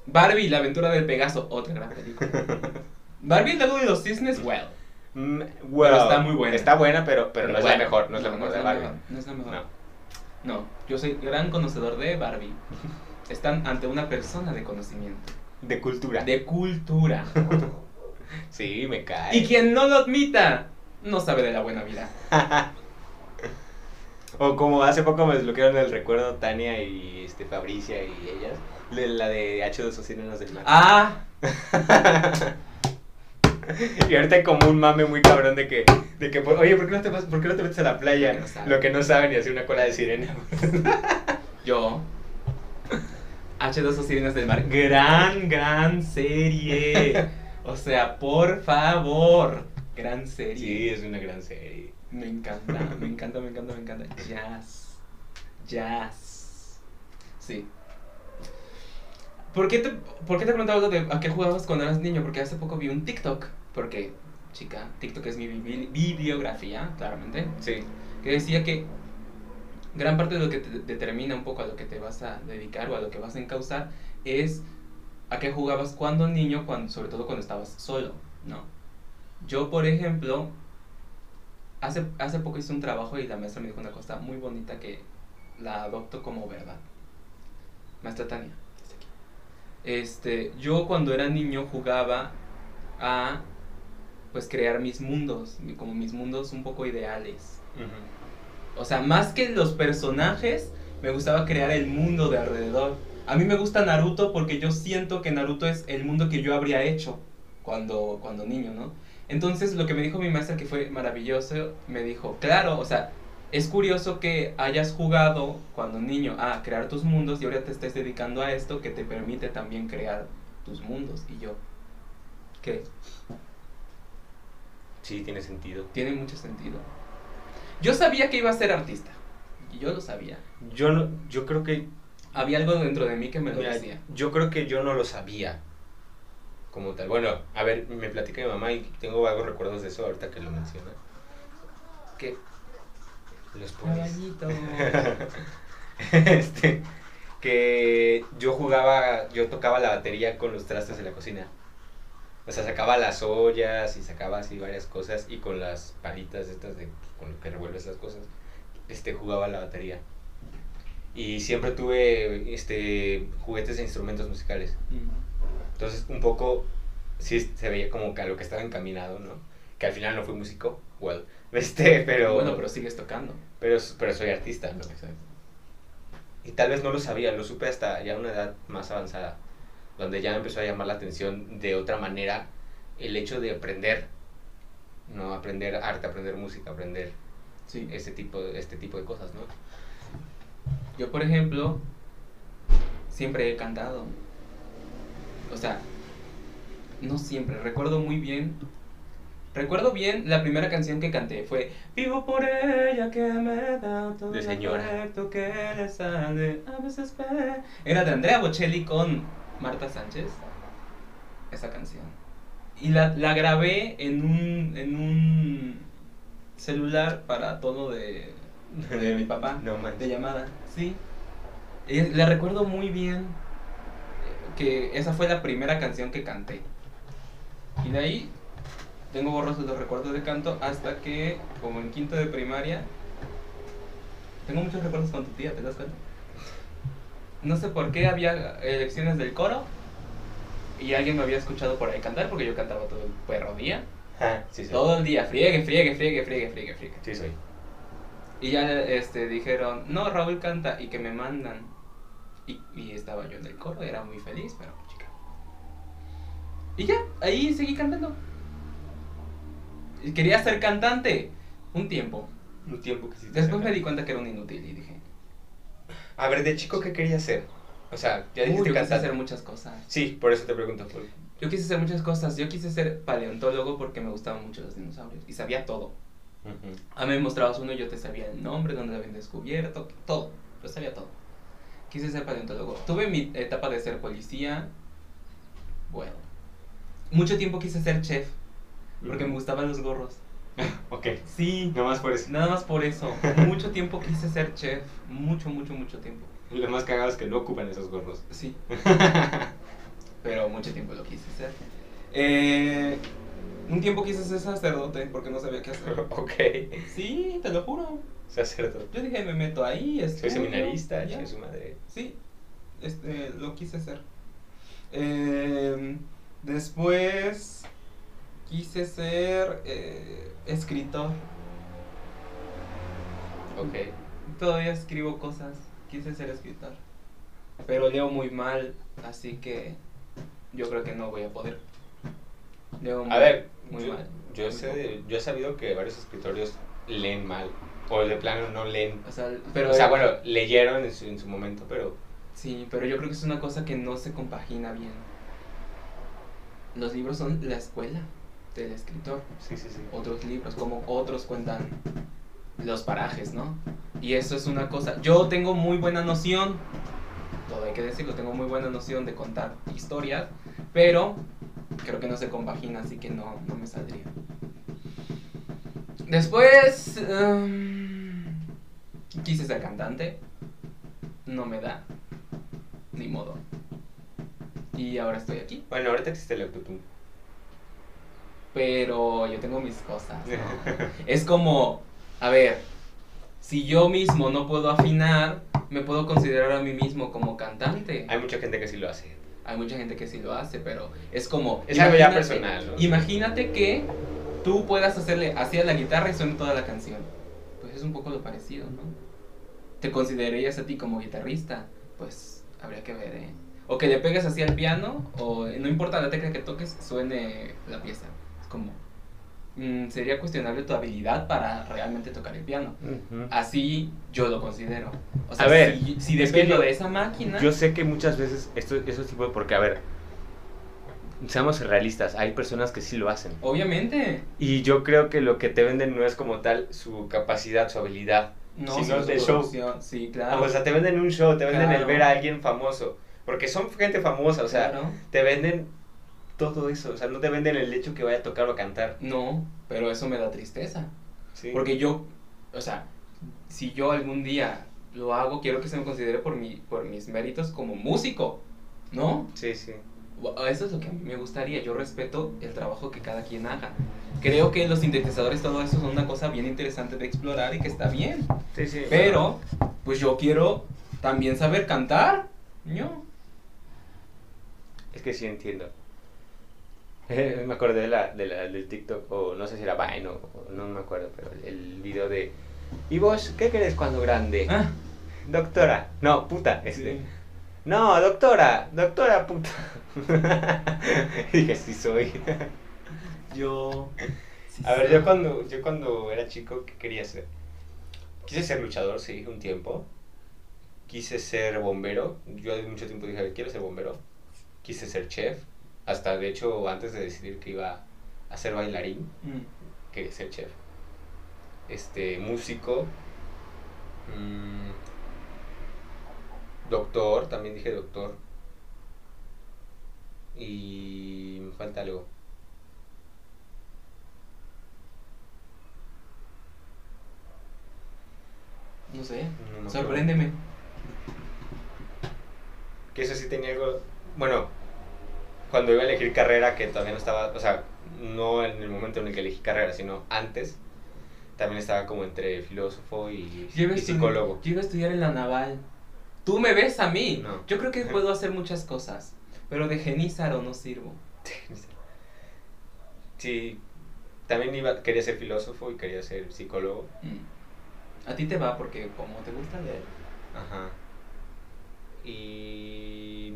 Speaker 1: Barbie y la aventura del Pegaso, otra gran película. Barbie el lago de los cisnes, well.
Speaker 2: Mm,
Speaker 1: Pero está muy buena.
Speaker 2: Está buena, pero, pero no es la
Speaker 1: bueno,
Speaker 2: mejor. No es la mejor de
Speaker 1: es
Speaker 2: Barbie.
Speaker 1: mejor, No es la mejor.
Speaker 2: No.
Speaker 1: No, yo soy gran conocedor de Barbie. Están ante una persona de conocimiento,
Speaker 2: De cultura.
Speaker 1: de cultura.
Speaker 2: [LAUGHS] Sí, me cae.
Speaker 1: Y quien no lo admita, no sabe de la buena vida.
Speaker 2: O como hace poco me desbloquearon el recuerdo Tania y este, Fabricia y ellas. de la de H2O Sirenas del Mar.
Speaker 1: Ah,
Speaker 2: Y ahorita hay como un mame muy cabrón de que, de que por- oye, ¿por qué no te, vas, por qué no te metes a la playa?
Speaker 1: Lo que no saben.
Speaker 2: Lo que no saben y hacer una cola de sirena.
Speaker 1: yo. H2O Sirenas del Mar. Gran, gran
Speaker 2: [LAUGHS]
Speaker 1: serie. O sea, por favor. Gran serie.
Speaker 2: Sí, es una gran serie.
Speaker 1: Me encanta, me encanta, me encanta, me encanta. Jazz. Jazz. Sí. ¿Por qué te, por qué te preguntaba lo de a qué jugabas cuando eras niño? Porque hace poco vi un TikTok. Porque, chica, TikTok es mi bibli- bibliografía, claramente.
Speaker 2: Sí.
Speaker 1: Que decía que gran parte de lo que te determina un poco a lo que te vas a dedicar o a lo que vas a encauzar es a qué jugabas cuando niño, cuando, sobre todo cuando estabas solo, ¿no? Yo, por ejemplo, hace, hace poco hice un trabajo y la maestra me dijo una cosa muy bonita que la adopto como verdad. Maestra Tania, está aquí. Este, yo cuando era niño jugaba a pues crear mis mundos, mi- como mis mundos un poco ideales. O sea, más que los personajes, me gustaba crear el mundo de alrededor. A mí me gusta Naruto porque yo siento que Naruto es el mundo que yo habría hecho cuando, cuando niño, ¿no? Entonces, lo que me dijo mi maestra, que fue maravilloso, me dijo, claro, o sea, es curioso que hayas jugado cuando niño a crear tus mundos y ahora te estés dedicando a esto que te permite también crear tus mundos. Y yo, ¿qué?
Speaker 2: Sí, tiene sentido.
Speaker 1: Tiene mucho sentido. Yo sabía que iba a ser artista. Y yo lo sabía.
Speaker 2: Yo no, yo creo que
Speaker 1: Había algo dentro de mí que me lo
Speaker 2: Mira,
Speaker 1: decía.
Speaker 2: yo creo que yo no lo sabía como tal. Bueno, a ver, me platica mi mamá y tengo vagos recuerdos de eso ahorita que lo menciona.
Speaker 1: Que pues,
Speaker 2: Los ponis.
Speaker 1: [LAUGHS] caballito.
Speaker 2: este, que yo jugaba, yo tocaba la batería con los trastes de la cocina. O sea, sacaba las ollas y sacaba así varias cosas y con las palitas estas de con lo que revuelves las cosas, este jugaba la batería. Y siempre tuve este juguetes e instrumentos musicales.
Speaker 1: Mm.
Speaker 2: Entonces, un poco sí se veía como que a lo que estaba encaminado, ¿no? Que al final no fui músico, well, [LAUGHS] este, pero
Speaker 1: Bueno, pero sigues tocando.
Speaker 2: pero, pero soy artista, ¿no? Y tal vez no lo sabía, lo supe hasta ya una edad más avanzada, donde ya me empezó a llamar la atención de otra manera el hecho de aprender, ¿no? Aprender arte, aprender música, aprender
Speaker 1: Sí.
Speaker 2: este tipo de, este tipo de cosas, ¿no?
Speaker 1: Yo, por ejemplo, siempre he cantado. O sea, no siempre. Recuerdo muy bien. Recuerdo bien la primera canción que canté. Fue Vivo por ella que me da todo
Speaker 2: De
Speaker 1: lo
Speaker 2: señora.
Speaker 1: correcto que le sale. A veces pe-". Era de Andrea Bocelli con Marta Sánchez. Esa canción. Y la, la grabé en un, en un celular para tono de, de mi papá
Speaker 2: No
Speaker 1: de
Speaker 2: manches.
Speaker 1: llamada, sí. Eh, La recuerdo muy bien eh, que esa fue la primera canción que canté. Y de ahí tengo borrosos los recuerdos de canto hasta que, como en quinto de primaria, Tengo muchos recuerdos con tu tía, ¿te das cuenta? No sé por qué había elecciones del coro y alguien me había escuchado por ahí cantar porque yo cantaba todo el perro día.
Speaker 2: Ah, sí, soy.
Speaker 1: Todo el día, friegue, friegue, friegue, friegue, friegue, friegue.
Speaker 2: Sí, soy.
Speaker 1: Y ya este, dijeron, no, Raúl canta y que me mandan. Y, y estaba yo en el coro, era muy feliz, pero chica. Y ya, ahí seguí cantando. Y Quería ser cantante un tiempo.
Speaker 2: Un tiempo que sí. te
Speaker 1: Después me
Speaker 2: saca.
Speaker 1: di cuenta que era un inútil y dije,
Speaker 2: A ver, de chico, ¿qué querías hacer? O sea, ya
Speaker 1: "Uy,
Speaker 2: dijiste
Speaker 1: yo quise
Speaker 2: cantar.
Speaker 1: hacer muchas cosas.
Speaker 2: Sí, por eso te pregunto. por-
Speaker 1: Yo quise hacer muchas cosas. Yo quise ser paleontólogo porque me gustaban mucho los dinosaurios y sabía todo.
Speaker 2: Ujú.
Speaker 1: A mí Ah, me mostrabas uno y yo te sabía el nombre, dónde lo habían descubierto, todo. Yo sabía todo. Quise ser paleontólogo. Tuve mi etapa de ser policía. Bueno. Mucho tiempo quise ser chef porque me gustaban los gorros.
Speaker 2: Ok,
Speaker 1: Sí.
Speaker 2: nomás por eso.
Speaker 1: Nada más por eso. Mucho tiempo quise ser chef. Mucho, mucho, mucho tiempo.
Speaker 2: Lo más cagado es que no ocupan esos gorros. [LAUGHS]
Speaker 1: Sí. Pero mucho tiempo lo quise ser. Eh, un tiempo quise ser sacerdote porque no sabía qué
Speaker 2: [LAUGHS]
Speaker 1: hacer.
Speaker 2: [LAUGHS] ok,
Speaker 1: Sí, te lo juro.
Speaker 2: sacerdote.
Speaker 1: Yo dije, me meto ahí.
Speaker 2: Soy
Speaker 1: estudio,
Speaker 2: seminarista,
Speaker 1: ya.
Speaker 2: chingue su madre.
Speaker 1: Sí, este, lo quise hacer. Em, después quise ser eh, escritor.
Speaker 2: Ok.
Speaker 1: Todavía escribo cosas. Quise ser escritor. Pero leo muy mal, así que yo creo que no voy a poder. Leo
Speaker 2: A ver,
Speaker 1: muy
Speaker 2: yo,
Speaker 1: mal.
Speaker 2: yo sé, de- yo he sabido que varios escritorios leen mal. O de plano no leen.
Speaker 1: O sea, pero,
Speaker 2: o sea, bueno, leyeron en su, en su momento, pero.
Speaker 1: Sí, pero yo creo que es una cosa que no se compagina bien. Los libros son la escuela del escritor.
Speaker 2: Sí, sí, sí.
Speaker 1: otros libros, como otros cuentan los parajes, ¿no? Y eso es una cosa. Yo tengo muy buena noción, todo hay que decirlo, tengo muy buena noción de contar historias, pero creo que no se compagina, así que no, no me saldría. Después, em, quise ser cantante, no me da, ni modo. Y ahora estoy aquí,
Speaker 2: Bueno, ahorita existe el autotune.
Speaker 1: pero yo tengo mis cosas.
Speaker 2: [LAUGHS]
Speaker 1: Es como, a ver, si yo mismo no puedo afinar, me puedo considerar a mí mismo como cantante.
Speaker 2: Hay mucha gente que sí lo hace.
Speaker 1: Hay mucha gente que sí lo hace, pero es como...
Speaker 2: Es algo ya
Speaker 1: imagínate-
Speaker 2: personal, ¿no?
Speaker 1: Imagínate que tú puedas hacerle así a la guitarra y suene toda la canción. Pues es un poco lo parecido, ¿no? ¿Te considerarías a ti como guitarrista? Pues habría que ver, ¿eh? O que le pegues así al piano, o eh, no importa la tecla que toques, suene la pieza. Es como... mm, sería cuestionable tu habilidad para realmente tocar el piano. Así yo lo considero. O sea,
Speaker 2: A ver,
Speaker 1: si, si
Speaker 2: es que
Speaker 1: dependo
Speaker 2: yo-
Speaker 1: de esa máquina...
Speaker 2: Yo sé que muchas veces esto, esos tipos, porque a ver, seamos realistas, hay personas que sí lo hacen.
Speaker 1: Obviamente.
Speaker 2: Y yo creo que lo que te venden no es como tal su capacidad, su habilidad. Si no,
Speaker 1: su
Speaker 2: de show. Ah, pues,
Speaker 1: producción, Sí, claro.
Speaker 2: O sea, te venden un show, te venden el
Speaker 1: Claro.
Speaker 2: ver a alguien famoso. Porque son gente famosa, o sea,
Speaker 1: Claro.
Speaker 2: te venden todo eso. O sea, no te venden el hecho que vaya a tocar o a cantar.
Speaker 1: No, pero eso me da tristeza.
Speaker 2: Sí.
Speaker 1: Porque yo, o sea, si yo algún día lo hago, quiero que se me considere por, mi, por mis méritos como músico, ¿no?
Speaker 2: Sí, sí.
Speaker 1: Wa- Eso es lo que a mí me gustaría. Yo respeto el trabajo que cada quien haga. Creo que los sintetizadores, todo eso, son una cosa bien interesante de explorar y que está bien.
Speaker 2: Sí, sí.
Speaker 1: Pero, pues yo quiero también saber cantar. ¿No?
Speaker 2: Es que sí entiendo. [LAUGHS] me acordé de la, de la- del TikTok, o no sé si era Vine, o, o no me acuerdo, pero el, el video de... ¿Y vos qué querés cuando grande?
Speaker 1: Ah,
Speaker 2: Doctora. No, puta. Este.
Speaker 1: sí.
Speaker 2: No, doctora. Doctora, puta. [LAUGHS] Y Dije, sí soy. [LAUGHS]
Speaker 1: Yo. sí
Speaker 2: A ver,
Speaker 1: sé.
Speaker 2: yo cuando, yo cuando era chico, ¿qué quería ser? Quise ser luchador, sí, un tiempo. Quise ser bombero. Yo hace mucho tiempo dije, quiero ser bombero. Quise ser chef. Hasta, de hecho, antes de decidir que iba a ser bailarín,
Speaker 1: Mm.
Speaker 2: quería ser chef. Este, músico. mm, doctor, también dije doctor. Y me falta algo.
Speaker 1: No sé.
Speaker 2: No me acuerdo.
Speaker 1: Sorpréndeme.
Speaker 2: que eso sí tenía algo, bueno, cuando iba a elegir carrera, que todavía no estaba, o sea, no en el momento en el que elegí carrera, sino antes, también estaba como entre filósofo y,
Speaker 1: Yo iba a
Speaker 2: y
Speaker 1: estudi-
Speaker 2: psicólogo.
Speaker 1: Yo iba a estudiar en la naval. Tú me ves a mí.
Speaker 2: No.
Speaker 1: Yo creo que puedo hacer muchas cosas, pero de genízaro no sirvo.
Speaker 2: Sí, también iba, quería ser filósofo y quería ser psicólogo.
Speaker 1: Mm. A ti te va porque como te gusta leer.
Speaker 2: Ajá. Y...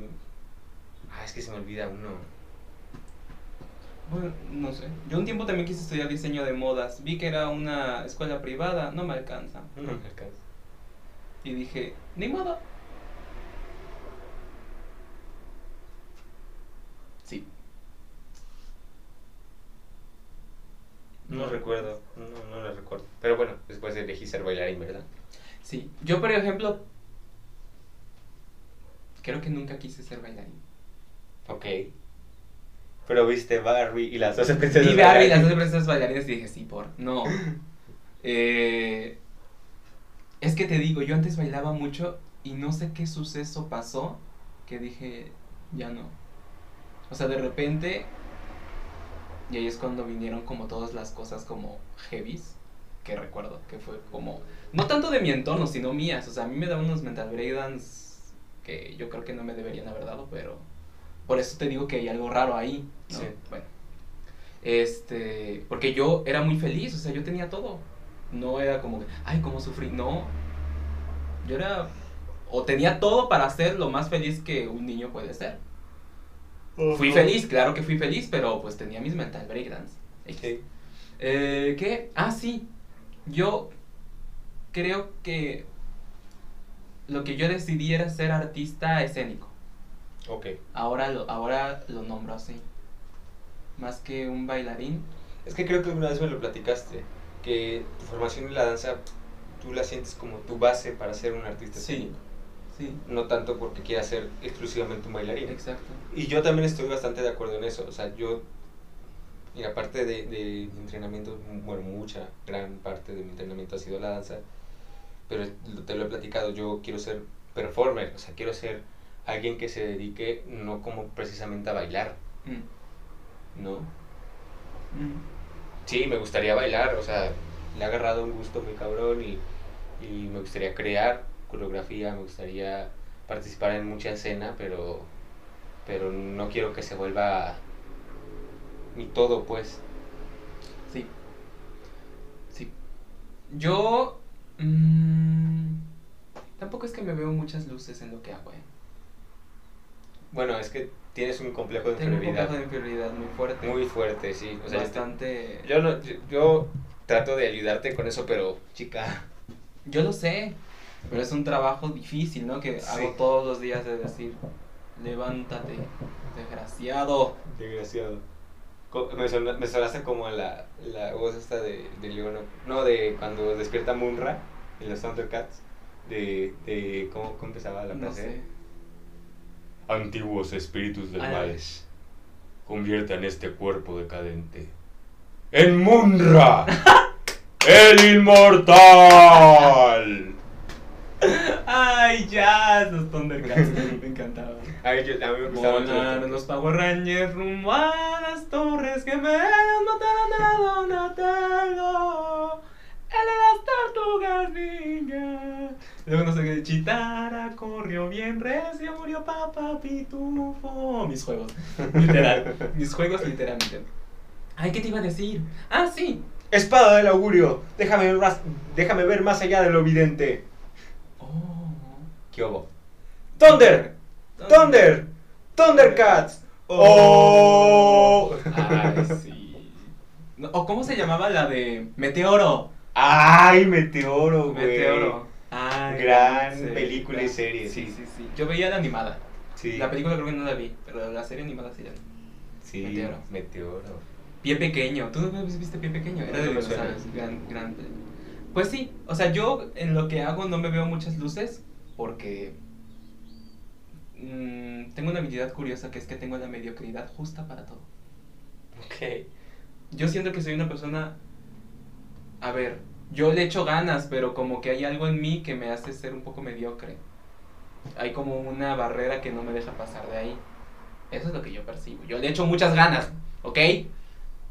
Speaker 2: Ah, es que se me olvida uno.
Speaker 1: Bueno, no sé. Yo un tiempo también quise estudiar diseño de modas. Vi que era una escuela privada, no me alcanza.
Speaker 2: No me alcanza.
Speaker 1: Y dije, ni modo. Sí.
Speaker 2: No recuerdo, no, no lo recuerdo. Pero bueno, después elegí ser bailarín, ¿verdad?
Speaker 1: Sí. Yo, por ejemplo, creo que nunca quise ser bailarín.
Speaker 2: Ok. Pero viste Barbie y las dos princesas.
Speaker 1: Y Barbie, las dos
Speaker 2: bailarín.
Speaker 1: princesas bailarinas, y dije, sí, por. No. Eh, es que te digo, yo antes bailaba mucho y no sé qué suceso pasó que dije, ya no. O sea, de repente, y ahí es cuando vinieron como todas las cosas como heavies, que recuerdo, que fue como, no tanto de mi entorno, sino mías. O sea, a mí me daban unos mental breakdowns que yo creo que no me deberían haber dado, pero por eso te digo que hay algo raro ahí. ¿no?
Speaker 2: Sí.
Speaker 1: Bueno. Este, porque yo era muy feliz, o sea, yo tenía todo. No era como, que, ay, cómo sufrí. No. Yo era, o tenía todo para ser lo más feliz que un niño puede ser.
Speaker 2: Oh,
Speaker 1: Fui feliz, claro que fui feliz, pero pues tenía mis mental breakdowns. X.
Speaker 2: Sí.
Speaker 1: Eh, ¿Qué? Ah, sí. Yo creo que lo que yo decidí era ser artista escénico.
Speaker 2: Ok.
Speaker 1: Ahora lo, ahora lo nombro así. Más que un bailarín.
Speaker 2: Es que creo que alguna vez me lo platicaste, que tu formación en la danza tú la sientes como tu base para ser un artista.
Speaker 1: Sí.
Speaker 2: escénico,
Speaker 1: Sí,
Speaker 2: No tanto porque quieras ser exclusivamente un bailarín.
Speaker 1: exacto.
Speaker 2: Y yo también estoy bastante de acuerdo en eso. O sea, yo, y aparte de, de mi entrenamiento, bueno, mucha, gran parte de mi entrenamiento ha sido la danza, pero lo- te lo he platicado, yo quiero ser performer, o sea, quiero ser alguien que se dedique no como precisamente a bailar,
Speaker 1: Mm,
Speaker 2: ¿no?
Speaker 1: mm.
Speaker 2: Sí, me gustaría bailar, o sea, le ha agarrado un gusto muy cabrón y, y me gustaría crear coreografía, me gustaría participar en mucha escena, pero, pero no quiero que se vuelva mi todo, pues.
Speaker 1: Sí. Sí. Yo... mm, tampoco es que me veo muchas luces en lo que hago, ¿eh?
Speaker 2: Bueno, es que tienes un complejo de
Speaker 1: Tengo un
Speaker 2: inferioridad
Speaker 1: complejo de inferioridad muy fuerte.
Speaker 2: muy fuerte, sí. O sea, yo te-
Speaker 1: bastante...
Speaker 2: yo, no, yo, yo trato de ayudarte con eso, pero chica,
Speaker 1: Yo lo sé, pero es un trabajo difícil, ¿no? Que
Speaker 2: Sí.
Speaker 1: hago todos los días de decir, levántate, desgraciado.
Speaker 2: Desgraciado. Co- Me, sona- me sonaste como a la, la voz esta de, de Leono. No, de cuando despierta Munra en los Thundercats. De, de ¿cómo, cómo empezaba la
Speaker 1: No
Speaker 2: frase?
Speaker 1: sé.
Speaker 4: Antiguos espíritus del
Speaker 1: Ah,
Speaker 4: mal, conviertan este cuerpo decadente en [LAUGHS] Munra, el inmortal.
Speaker 1: ¡Ay, ya! Los Thundercats, me encantaba.
Speaker 2: A mí, yo- Ah, a mí me gustaba mucho. la-
Speaker 1: Volaron los Power Rangers rumbo a las torres que me mataron a Donatello. Él de las tortugas ninja. Luego no sé qué, Chitara corrió bien recio, murió papá pitufo. Mis juegos, literal. mis juegos literalmente. Ay, ¿qué te iba a decir? Ah, sí.
Speaker 2: Espada del augurio, déjame ver, más, déjame ver más allá de lo vidente.
Speaker 1: Oh.
Speaker 2: ¿Qué hubo? ¡Thunder! ¡Thunder! ¡Thundercats! ¡Oh!
Speaker 1: Ay, sí. No, ¿O cómo se llamaba la de Meteoro?
Speaker 2: ¡Ay, meteoro, güey!
Speaker 1: Meteoro. Ay,
Speaker 2: Gran
Speaker 1: sí,
Speaker 2: película y serie,
Speaker 1: Sí,
Speaker 2: sí.
Speaker 1: sí, sí. Yo veía la animada.
Speaker 2: Sí.
Speaker 1: La película creo que no la vi, pero la serie animada sí la vi.
Speaker 2: Sí,
Speaker 1: Meteoro.
Speaker 2: meteoro.
Speaker 1: Pie Pequeño. ¿Tú no viste Pie Pequeño? Era
Speaker 2: No,
Speaker 1: de
Speaker 2: no me
Speaker 1: los
Speaker 2: suena.
Speaker 1: Gran, gran película. Pues sí, o sea, yo en lo que hago no me veo muchas luces porque mm, tengo una habilidad curiosa que es que tengo la mediocridad justa para todo.
Speaker 2: Ok.
Speaker 1: Yo siento que soy una persona... A ver, yo le echo ganas, pero como que hay algo en mí que me hace ser un poco mediocre. Hay como una barrera que no me deja pasar de ahí. Eso es lo que yo percibo. Yo le echo muchas ganas, ¿ok?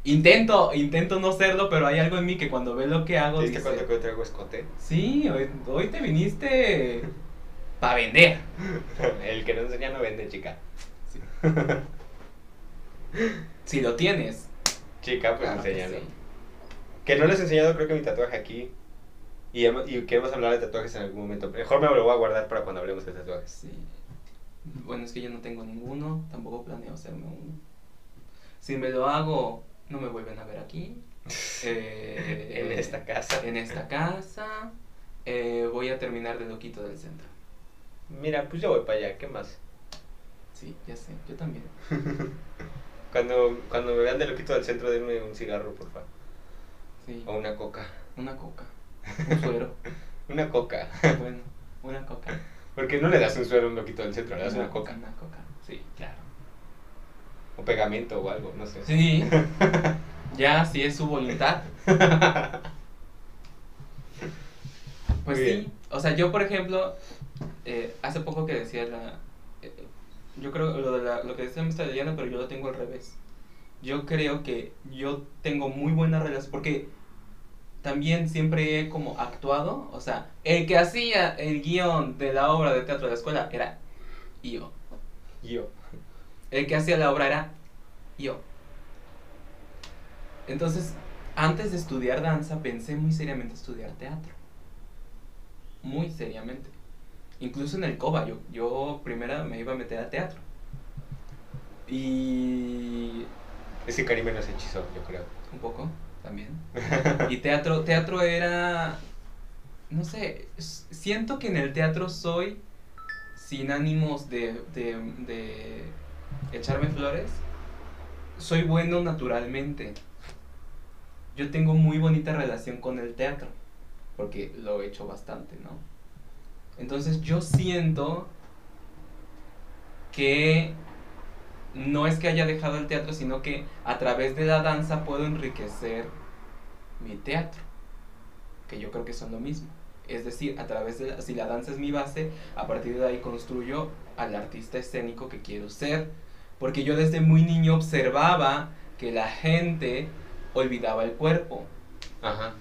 Speaker 1: Intento, intento no serlo, pero hay algo en mí que cuando ve lo que hago
Speaker 2: ¿Viste
Speaker 1: dice,
Speaker 2: cuánto que traigo escote? [LAUGHS]
Speaker 1: sí, hoy, hoy te viniste para
Speaker 2: [LAUGHS]
Speaker 1: vender.
Speaker 2: El que no enseña no vende, chica.
Speaker 1: Si lo tienes,
Speaker 2: Chica, pues
Speaker 1: claro que
Speaker 2: enséñalo.
Speaker 1: sí.
Speaker 2: Que no les he enseñado, creo que mi tatuaje aquí. Y, hemo- y queremos hablar de tatuajes en algún momento. Mejor me lo voy a guardar para cuando hablemos de tatuajes.
Speaker 1: Sí. Bueno, es que yo no tengo ninguno, tampoco planeo hacerme uno. Si me lo hago, no me vuelven a ver
Speaker 2: [LAUGHS]
Speaker 1: aquí. Eh,
Speaker 2: En esta casa.
Speaker 1: En esta casa. Eh, voy a terminar de loquito del centro.
Speaker 2: Mira, pues yo voy para allá, ¿qué más?
Speaker 1: Sí, ya sé, yo también.
Speaker 2: Cuando, cuando me vean de loquito del centro, denme un cigarro, por favor.
Speaker 1: Sí,
Speaker 2: O una coca.
Speaker 1: una
Speaker 2: [LAUGHS]
Speaker 1: coca, un suero.
Speaker 2: Una coca.
Speaker 1: bueno, una coca.
Speaker 2: [LAUGHS] Porque no le das un suero a un loquito del centro, le das una
Speaker 1: No,
Speaker 2: coca.
Speaker 1: Una coca, sí, claro.
Speaker 2: O pegamento o algo, no sé.
Speaker 1: Sí, [LAUGHS] ya si es su voluntad. Pues
Speaker 2: Muy
Speaker 1: sí,
Speaker 2: bien.
Speaker 1: o sea, yo por ejemplo, eh, hace poco que decía la... eh, yo creo lo, de la- lo que decía me está leyendo, pero yo lo tengo al revés. Yo creo que yo tengo muy buena relación, porque también siempre he como actuado, o sea, el que hacía el guión de la obra de teatro de la escuela era yo.
Speaker 2: Yo.
Speaker 1: El que hacía la obra era yo. Entonces, antes de estudiar danza, pensé muy seriamente estudiar teatro. Muy seriamente. Incluso en el COBA, yo, yo primero me iba a meter a teatro. Y
Speaker 2: Ese Karime nos hechizó, yo creo.
Speaker 1: un poco también. Y teatro, teatro era, no sé, s- siento que en el teatro soy sin ánimos de, de, de echarme flores. Soy bueno naturalmente. Yo tengo muy bonita relación con el teatro, porque lo he hecho bastante, ¿no? Entonces yo siento que no es que haya dejado el teatro, sino que a través de la danza puedo enriquecer mi teatro, que yo creo que son lo mismo. Es decir, a través de la- si la danza es mi base, a partir de ahí construyo al artista escénico que quiero ser, porque yo desde muy niño observaba que la gente olvidaba el cuerpo.
Speaker 2: Ajá.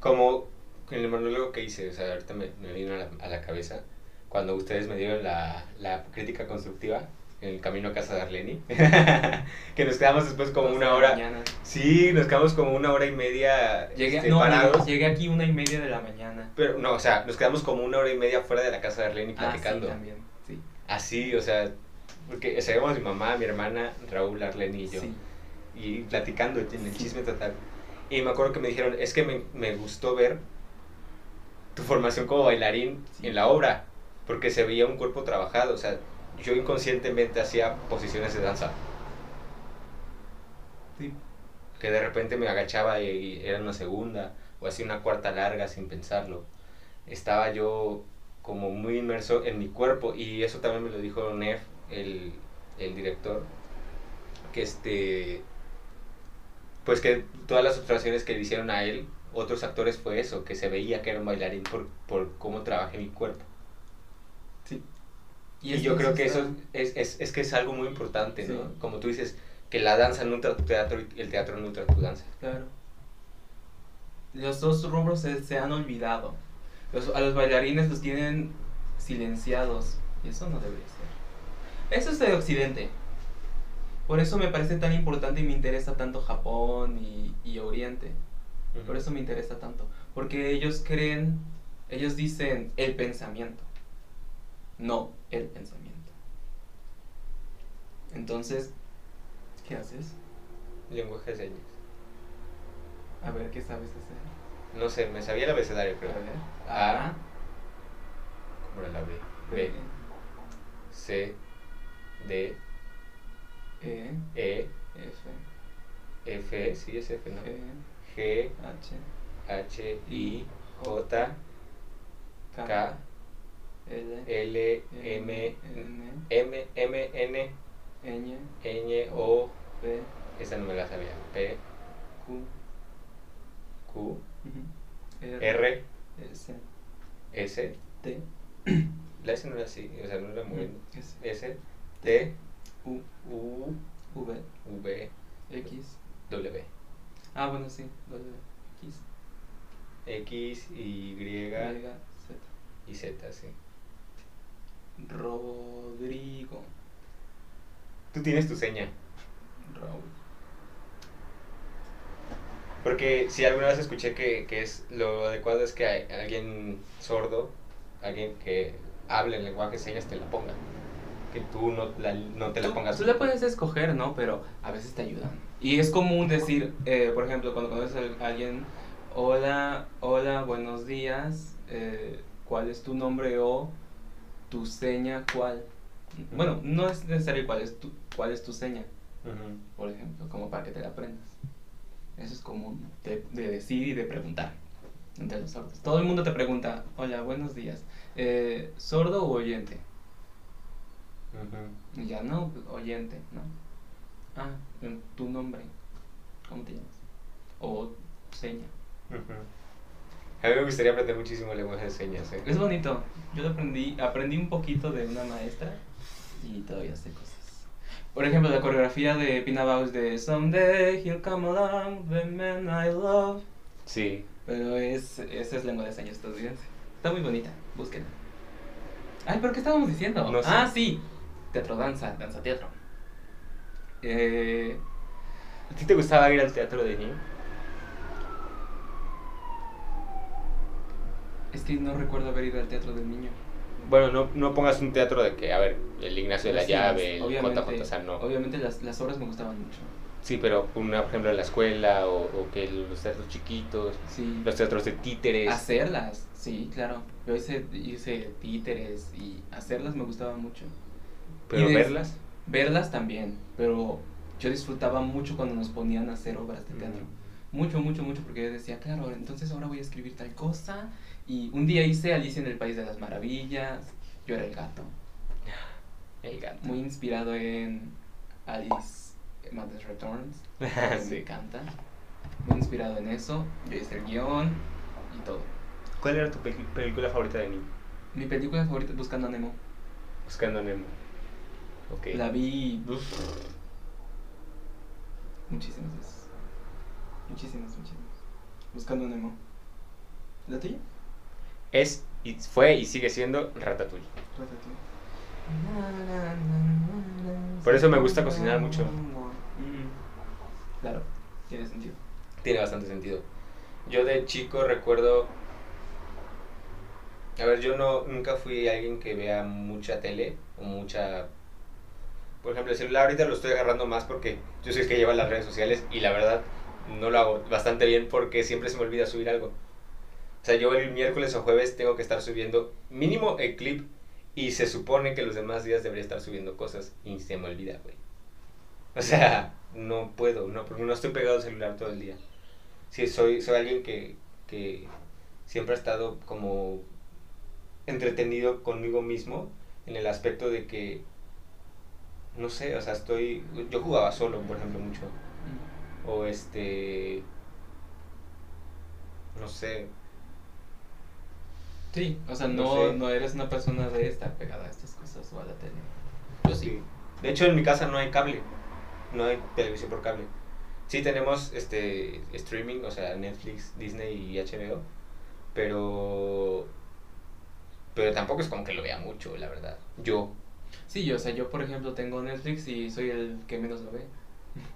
Speaker 2: Como en el monólogo que hice, o sea, ahorita me, me vino a la, a la cabeza cuando ustedes me dieron la, la crítica constructiva en el camino a casa de Arleni, [LAUGHS] que nos quedamos después como
Speaker 1: Hasta
Speaker 2: una
Speaker 1: la
Speaker 2: hora.
Speaker 1: mañana.
Speaker 2: Sí, nos quedamos como una hora y media
Speaker 1: Llegué,
Speaker 2: este,
Speaker 1: no,
Speaker 2: parados.
Speaker 1: llegué aquí una y media de la mañana.
Speaker 2: Pero no, o sea, nos quedamos como una hora y media fuera de la casa de Arleni
Speaker 1: Ah, sí,
Speaker 2: platicando.
Speaker 1: también, sí.
Speaker 2: Así, o sea, porque sabíamos mi mamá, mi hermana, Raúl, Arleni y yo
Speaker 1: Sí.
Speaker 2: y platicando en el chisme total. Y me acuerdo que me dijeron, es que me, me gustó ver tu formación como bailarín
Speaker 1: Sí.
Speaker 2: en la obra, porque se veía un cuerpo trabajado, o sea, yo inconscientemente hacía posiciones de danza,
Speaker 1: Sí.
Speaker 2: que de repente me agachaba y, y era una segunda, o hacía una cuarta larga sin pensarlo. Estaba yo como muy inmerso en mi cuerpo, y eso también me lo dijo Nef, el, el director, que este pues que todas las observaciones que le hicieron a él otros actores fue eso que se veía que era un bailarín por, por cómo trabajé mi cuerpo y,
Speaker 1: es
Speaker 2: yo creo que
Speaker 1: está-
Speaker 2: eso es, es, es que es algo muy importante
Speaker 1: Sí.
Speaker 2: no como tú dices que la danza nutre a tu teatro y el teatro nutre a tu danza
Speaker 1: Claro. Los dos rubros se, se han olvidado. Los- a los bailarines los tienen silenciados. Y eso no debería ser. Eso es de Occidente. Por eso me parece tan importante y me interesa tanto Japón y, y Oriente. Por eso me interesa tanto. Porque ellos creen, ellos dicen el pensamiento. No, el pensamiento. Entonces, ¿qué haces?
Speaker 2: lenguaje de señas
Speaker 1: A ver, ¿qué sabes hacer?
Speaker 2: no sé me sabía el abecedario creo
Speaker 1: A E, ver.
Speaker 2: A, como era la B B C D
Speaker 1: E,
Speaker 2: E
Speaker 1: F,
Speaker 2: F sí es F no
Speaker 1: G,
Speaker 2: G
Speaker 1: H,
Speaker 2: H I J
Speaker 1: K,
Speaker 2: K
Speaker 1: L, E,
Speaker 2: L
Speaker 1: M,
Speaker 2: M
Speaker 1: N,
Speaker 2: M M N
Speaker 1: Ñ,
Speaker 2: Ñ O
Speaker 1: P,
Speaker 2: esa no me la sabía P
Speaker 1: Q,
Speaker 2: Q
Speaker 1: ujú,
Speaker 2: R
Speaker 1: S,
Speaker 2: S
Speaker 1: T,
Speaker 2: la S no era así o sea no era muy
Speaker 1: S,
Speaker 2: S T
Speaker 1: U,
Speaker 2: U
Speaker 1: V,
Speaker 2: V
Speaker 1: X.
Speaker 2: W.
Speaker 1: Ah, bueno, sí. W. X.
Speaker 2: X, Y,
Speaker 1: Y,
Speaker 2: griega
Speaker 1: Z.
Speaker 2: y Z, sí.
Speaker 1: Rodrigo.
Speaker 2: Tú tienes tu seña.
Speaker 1: Raúl.
Speaker 2: Porque si alguna vez escuché que, que es lo adecuado es que a- alguien sordo, alguien que hable el lenguaje de señas te la ponga. Que tú no, la- no te la
Speaker 1: Tú-
Speaker 2: pongas.
Speaker 1: Tú la puedes escoger, ¿no? Pero a veces te ayudan. Y es común decir, eh, por ejemplo, cuando conoces a alguien, hola, hola, buenos días, eh, ¿cuál es tu nombre o tu seña cuál? Bueno, no es necesario cuál es tu, cuál es tu seña,
Speaker 2: Ujú.
Speaker 1: por ejemplo, como para que te la aprendas. Eso es común, de, de decir y de preguntar entre los sordos. Todo el mundo te pregunta, hola, buenos días, eh, ¿sordo o oyente?
Speaker 2: Ujú.
Speaker 1: Y ya no, pues, oyente, ¿no? Ah, mm, tu nombre. ¿Cómo te llamas? O seña.
Speaker 2: Ujú. A mí me gustaría aprender muchísimo el lenguaje de señas. ¿eh?
Speaker 1: Es bonito. Yo lo aprendí, aprendí un poquito de una maestra y todavía sé cosas. Por ejemplo, la coreografía de Pina Bausch de Someday he'll come along the man I love.
Speaker 2: Sí.
Speaker 1: Pero es, esa es lengua de señas estadounidense. Está muy bonita, búsquenla. Ay, ¿pero qué estábamos diciendo?
Speaker 2: No sé.
Speaker 1: Ah, sí. Teatro, danza, danza, teatro. Eh,
Speaker 2: ¿A ti te gustaba ir al teatro de niño?
Speaker 1: Es que no recuerdo haber ido al teatro del niño.
Speaker 2: Bueno, no, no pongas un teatro de que, a ver, el Ignacio de la
Speaker 1: Sí,
Speaker 2: Llave, el
Speaker 1: obviamente-
Speaker 2: J. Fontazán, no.
Speaker 1: Obviamente las, las obras me gustaban mucho.
Speaker 2: Sí, pero una, por ejemplo, en la escuela o, o que los teatros chiquitos,
Speaker 1: Sí.
Speaker 2: los teatros de títeres.
Speaker 1: Hacerlas, sí, claro. Yo hice, hice títeres y hacerlas me gustaba mucho.
Speaker 2: Pero
Speaker 1: y de-
Speaker 2: verlas.
Speaker 1: Verlas también, pero yo disfrutaba mucho cuando nos ponían a hacer obras de
Speaker 2: mm,
Speaker 1: teatro. Mucho, mucho, mucho, porque yo decía, claro, entonces ahora voy a escribir tal cosa. Y un día hice Alicia en el País de las Maravillas, yo era el gato.
Speaker 2: El gato.
Speaker 1: Muy inspirado en Alice Madness
Speaker 2: [LAUGHS]
Speaker 1: Returns. que me
Speaker 2: Sí.
Speaker 1: encanta. Muy inspirado en eso. Yo hice el guión y todo.
Speaker 2: ¿Cuál era tu peli- película favorita de niño?
Speaker 1: Mi película favorita es Buscando a Nemo.
Speaker 2: Buscando a Nemo. Ok.
Speaker 1: La vi
Speaker 2: Uf.
Speaker 1: muchísimas veces. Muchísimas, muchísimas. Buscando a Nemo. ¿La tuya?
Speaker 2: Es, y fue y sigue siendo Ratatouille. Por eso me gusta cocinar mucho.
Speaker 1: Mm. Claro, tiene sentido.
Speaker 2: Tiene bastante sentido. Yo de chico recuerdo. A ver, yo no nunca fui alguien que vea mucha tele o mucha. Por ejemplo, el celular ahorita lo estoy agarrando más porque yo soy el que lleva las redes sociales y la verdad no lo hago bastante bien porque siempre se me olvida subir algo. O sea, yo el miércoles o jueves tengo que estar subiendo mínimo el clip y se supone que los demás días debería estar subiendo cosas y se me olvida, güey. O sea, no puedo, no, porque no estoy pegado al celular todo el día. Sí, soy, soy alguien que, que siempre ha estado como entretenido conmigo mismo en el aspecto de que, no sé, o sea, estoy, yo jugaba solo, por ejemplo, mucho. Mm. O este, no sé,
Speaker 1: Sí, o sea,
Speaker 2: No
Speaker 1: no,
Speaker 2: sé.
Speaker 1: no eres una persona de estar pegada a estas cosas o a la tele.
Speaker 2: Yo sí. De hecho, en mi casa no hay cable. No hay televisión por cable. Sí tenemos este streaming, o sea, Netflix, Disney y HBO, pero pero tampoco es como que lo vea mucho, la verdad. Yo.
Speaker 1: Sí, yo, o sea, yo por ejemplo tengo Netflix y soy el que menos lo ve.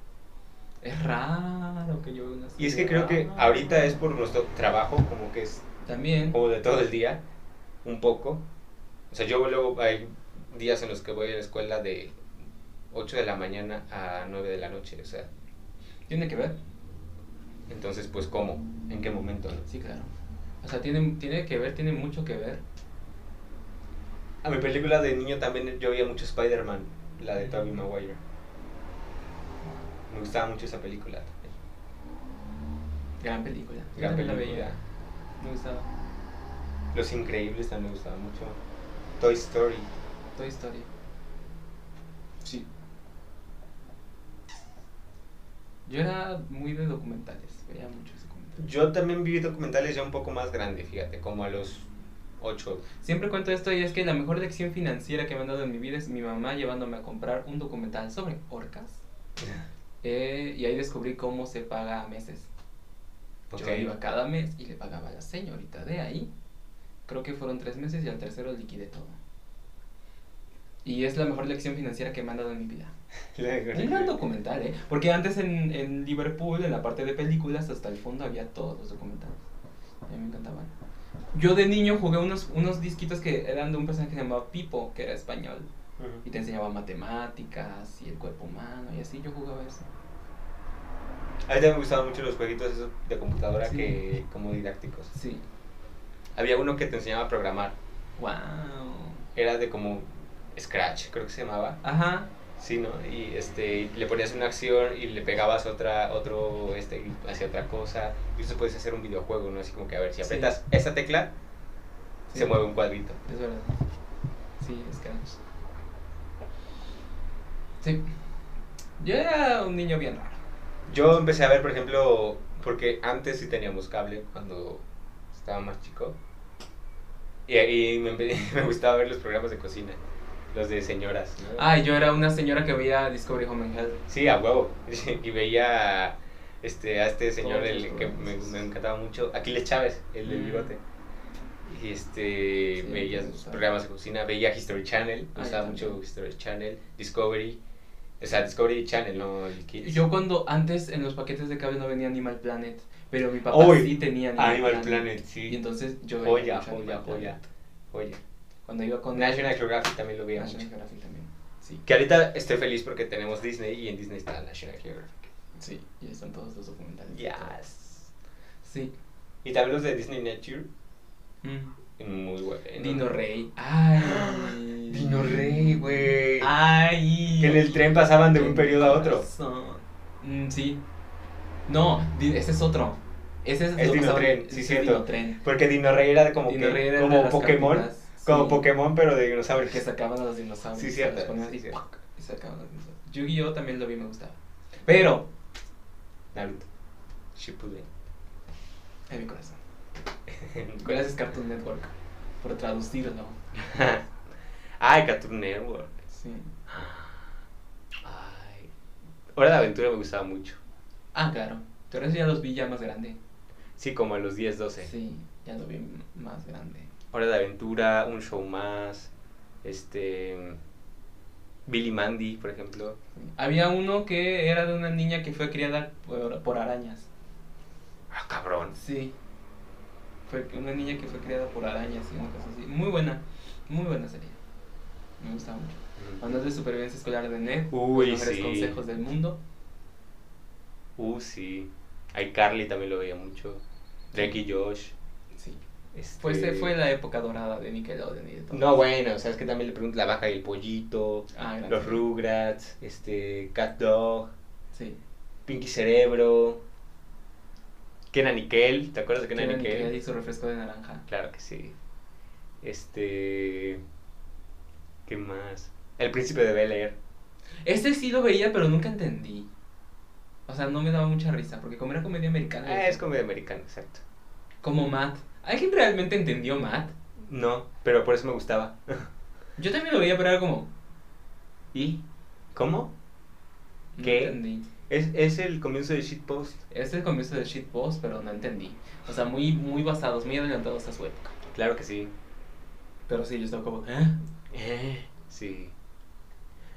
Speaker 1: [LAUGHS] Es raro que yo vea una
Speaker 2: Y es que
Speaker 1: serie,
Speaker 2: creo que
Speaker 1: raro.
Speaker 2: ahorita es por nuestro trabajo, como que es
Speaker 1: También.
Speaker 2: como de todo el día, un poco. O sea, yo luego hay días en los que voy a la escuela de 8 de la mañana a 9 de la noche, o sea,
Speaker 1: Tiene que ver.
Speaker 2: entonces pues cómo, en qué momento, no?
Speaker 1: Sí, claro. O sea, tiene, tiene que ver, tiene mucho que ver.
Speaker 2: A mi película de niño también yo veía mucho Spider-Man, la de Tobey Maguire. Me gustaba mucho esa película.
Speaker 1: Gran película. Yo
Speaker 2: Gran
Speaker 1: también la
Speaker 2: película.
Speaker 1: veía. Me gustaba.
Speaker 2: Los Increíbles también me gustaba mucho. Toy Story.
Speaker 1: Toda historia. Sí. Yo era muy de documentales. Veía muchos documentales.
Speaker 2: Yo también vi documentales ya un poco más grande, fíjate, como a los 8.
Speaker 1: Siempre cuento esto y es que la mejor lección financiera que me han dado en mi vida es mi mamá llevándome a comprar un documental sobre orcas Eh, y ahí descubrí cómo se paga a meses.
Speaker 2: Ok.
Speaker 1: Yo
Speaker 2: [LAUGHS]
Speaker 1: iba cada mes y le pagaba a la señorita de ahí. Creo que fueron tres meses y al tercero liquidé todo. Y es la mejor lección financiera que me han dado en mi vida. Un gran documental, ¿eh? Porque antes en, en Liverpool, en la parte de películas, hasta el fondo había todos los documentales. A mí me encantaban. Yo de niño jugué unos, unos disquitos que eran de un personaje que se llamaba Pipo, que era español.
Speaker 2: Ujú.
Speaker 1: Y te enseñaba matemáticas y el cuerpo humano y así. Yo jugaba eso.
Speaker 2: A mí también me gustaban mucho los jueguitos esos de computadora
Speaker 1: Sí.
Speaker 2: que como didácticos.
Speaker 1: Sí.
Speaker 2: Había uno que te enseñaba a programar.
Speaker 1: ¡Wow!
Speaker 2: Era de como Scratch, creo que se llamaba.
Speaker 1: Ajá.
Speaker 2: Sí, ¿no? Y este, y le ponías una acción y le pegabas otra, otro, este, y hacía otra cosa. Incluso puedes hacer un videojuego, ¿no? Así como que a ver, si
Speaker 1: Sí.
Speaker 2: apretas esa tecla,
Speaker 1: Sí.
Speaker 2: se mueve un cuadrito.
Speaker 1: Es verdad. Sí, Scratch. Sí. Yo era un niño bien raro.
Speaker 2: Yo empecé a ver, por ejemplo, porque antes sí teníamos cable cuando estaba más chico. Y, y me, empe- [LAUGHS] me gustaba ver los programas de cocina, los de señoras, ¿no?
Speaker 1: Ay, yo era una señora que veía Discovery Home and Health.
Speaker 2: Sí, a huevo. [LAUGHS] Y veía este, a este señor,
Speaker 1: Todos los
Speaker 2: el que me,
Speaker 1: programas.
Speaker 2: me encantaba mucho, Aquiles Chávez, el del
Speaker 1: Mm.
Speaker 2: bigote. Y este,
Speaker 1: Sí,
Speaker 2: veía
Speaker 1: me
Speaker 2: sus
Speaker 1: gustaba.
Speaker 2: programas de cocina, veía History Channel,
Speaker 1: yo
Speaker 2: me gustaba
Speaker 1: también.
Speaker 2: mucho History Channel, Discovery, o sea, Discovery Channel, no el Kids.
Speaker 1: Yo cuando antes en los paquetes de cable no venía Animal Planet, pero mi papá
Speaker 2: Uy,
Speaker 1: sí tenía Animal,
Speaker 2: Ah, Animal
Speaker 1: Planet.
Speaker 2: Planet,
Speaker 1: Y
Speaker 2: sí.
Speaker 1: entonces yo veía
Speaker 2: Joya,
Speaker 1: mucho
Speaker 2: joya,
Speaker 1: Animal
Speaker 2: joya,
Speaker 1: Planet.
Speaker 2: joya.
Speaker 1: Cuando iba con
Speaker 2: National Geographic también lo veía
Speaker 1: National
Speaker 2: mucho.
Speaker 1: Geographic también. Sí,
Speaker 2: Que ahorita estoy feliz porque tenemos Disney y en Disney está National Geographic.
Speaker 1: sí, y ahí están todos los documentales.
Speaker 2: Yes.
Speaker 1: Sí.
Speaker 2: Y también los de Disney Nature,
Speaker 1: Mm.
Speaker 2: muy bueno.
Speaker 1: Dino Rey. [GASPS] Ay.
Speaker 2: Dino Rey, güey.
Speaker 1: Ay.
Speaker 2: Que en el tren pasaban de
Speaker 1: En
Speaker 2: un
Speaker 1: mi
Speaker 2: periodo a otro.
Speaker 1: corazón. Mm, sí. No, di- ese es otro. Ese es,
Speaker 2: Es
Speaker 1: lo que
Speaker 2: Dino
Speaker 1: estaba-
Speaker 2: Tren, sí,
Speaker 1: ese es
Speaker 2: cierto.
Speaker 1: Dino Tren.
Speaker 2: Porque Dino Rey era como,
Speaker 1: Dino
Speaker 2: que-
Speaker 1: Rey era de
Speaker 2: como
Speaker 1: las
Speaker 2: Pokémon.
Speaker 1: cartitas,
Speaker 2: Como
Speaker 1: sí,
Speaker 2: Pokémon, pero de
Speaker 1: Que
Speaker 2: dinosaurios.
Speaker 1: sacaban a los dinosaurios.
Speaker 2: Sí,
Speaker 1: se
Speaker 2: cierto,
Speaker 1: los ponían
Speaker 2: sí,
Speaker 1: así,
Speaker 2: cierto.
Speaker 1: ¡pac! Y sacaban a los dinosaurios. Yu-Gi-Oh también lo vi, me gustaba. Pero,
Speaker 2: Naruto.
Speaker 1: [LAUGHS]
Speaker 2: Shippuden.
Speaker 1: en mi corazón. Gracias, Cartoon Network, por traducirlo.
Speaker 2: Ay, Cartoon Network.
Speaker 1: Sí.
Speaker 2: Ay. Hora de Aventura me gustaba mucho.
Speaker 1: Ah, claro. Pero eso ya los vi ya más grande.
Speaker 2: Sí, como a los 10, 12.
Speaker 1: Sí, ya lo vi m- más grande.
Speaker 2: Hora de Aventura, Un Show Más. Este. Billy Mandy, por ejemplo.
Speaker 1: Sí. Había uno que era de una niña que fue criada por, por arañas.
Speaker 2: Ah, cabrón.
Speaker 1: Sí. Fue una niña que fue criada por arañas y una cosa así. Muy buena, muy buena serie. Me gusta mucho. Manual de supervivencia escolar de NED.
Speaker 2: Uy,
Speaker 1: los mejores
Speaker 2: sí.
Speaker 1: consejos del mundo.
Speaker 2: Uh, sí. Ay, Carly también lo veía mucho. Drake y Josh.
Speaker 1: Sí.
Speaker 2: Este...
Speaker 1: Pues eh, fue la época dorada de Nickelodeon y de todo.
Speaker 2: No, bueno, sabes que también le pregunto la vaca y el pollito,
Speaker 1: Ah, gracias.
Speaker 2: los Rugrats, este, Cat Dog,
Speaker 1: Sí.
Speaker 2: Pinky Cerebro, Kenan y Kel, ¿te acuerdas de Kenan y
Speaker 1: Nickelodeon
Speaker 2: Kel?
Speaker 1: y su refresco de naranja.
Speaker 2: Claro que sí. Este, ¿qué más? El Príncipe de Bel Air.
Speaker 1: Este sí lo veía, pero nunca entendí. O sea, no me daba mucha risa, porque como era comedia americana.
Speaker 2: Ah,
Speaker 1: decía,
Speaker 2: es comedia americana, exacto.
Speaker 1: Como Matt. ¿Alguien realmente entendió Matt?
Speaker 2: No, pero por eso me gustaba.
Speaker 1: Yo también lo veía, pero era como.
Speaker 2: ¿Y cómo?
Speaker 1: No
Speaker 2: ¿Qué?
Speaker 1: entendí.
Speaker 2: Es, es el comienzo de Shitpost.
Speaker 1: Este es el comienzo del shitpost, pero no entendí. O sea, muy, muy basados, muy adelantados a su época.
Speaker 2: Claro que sí.
Speaker 1: Pero sí, yo estaba como, ¿eh?
Speaker 2: Sí.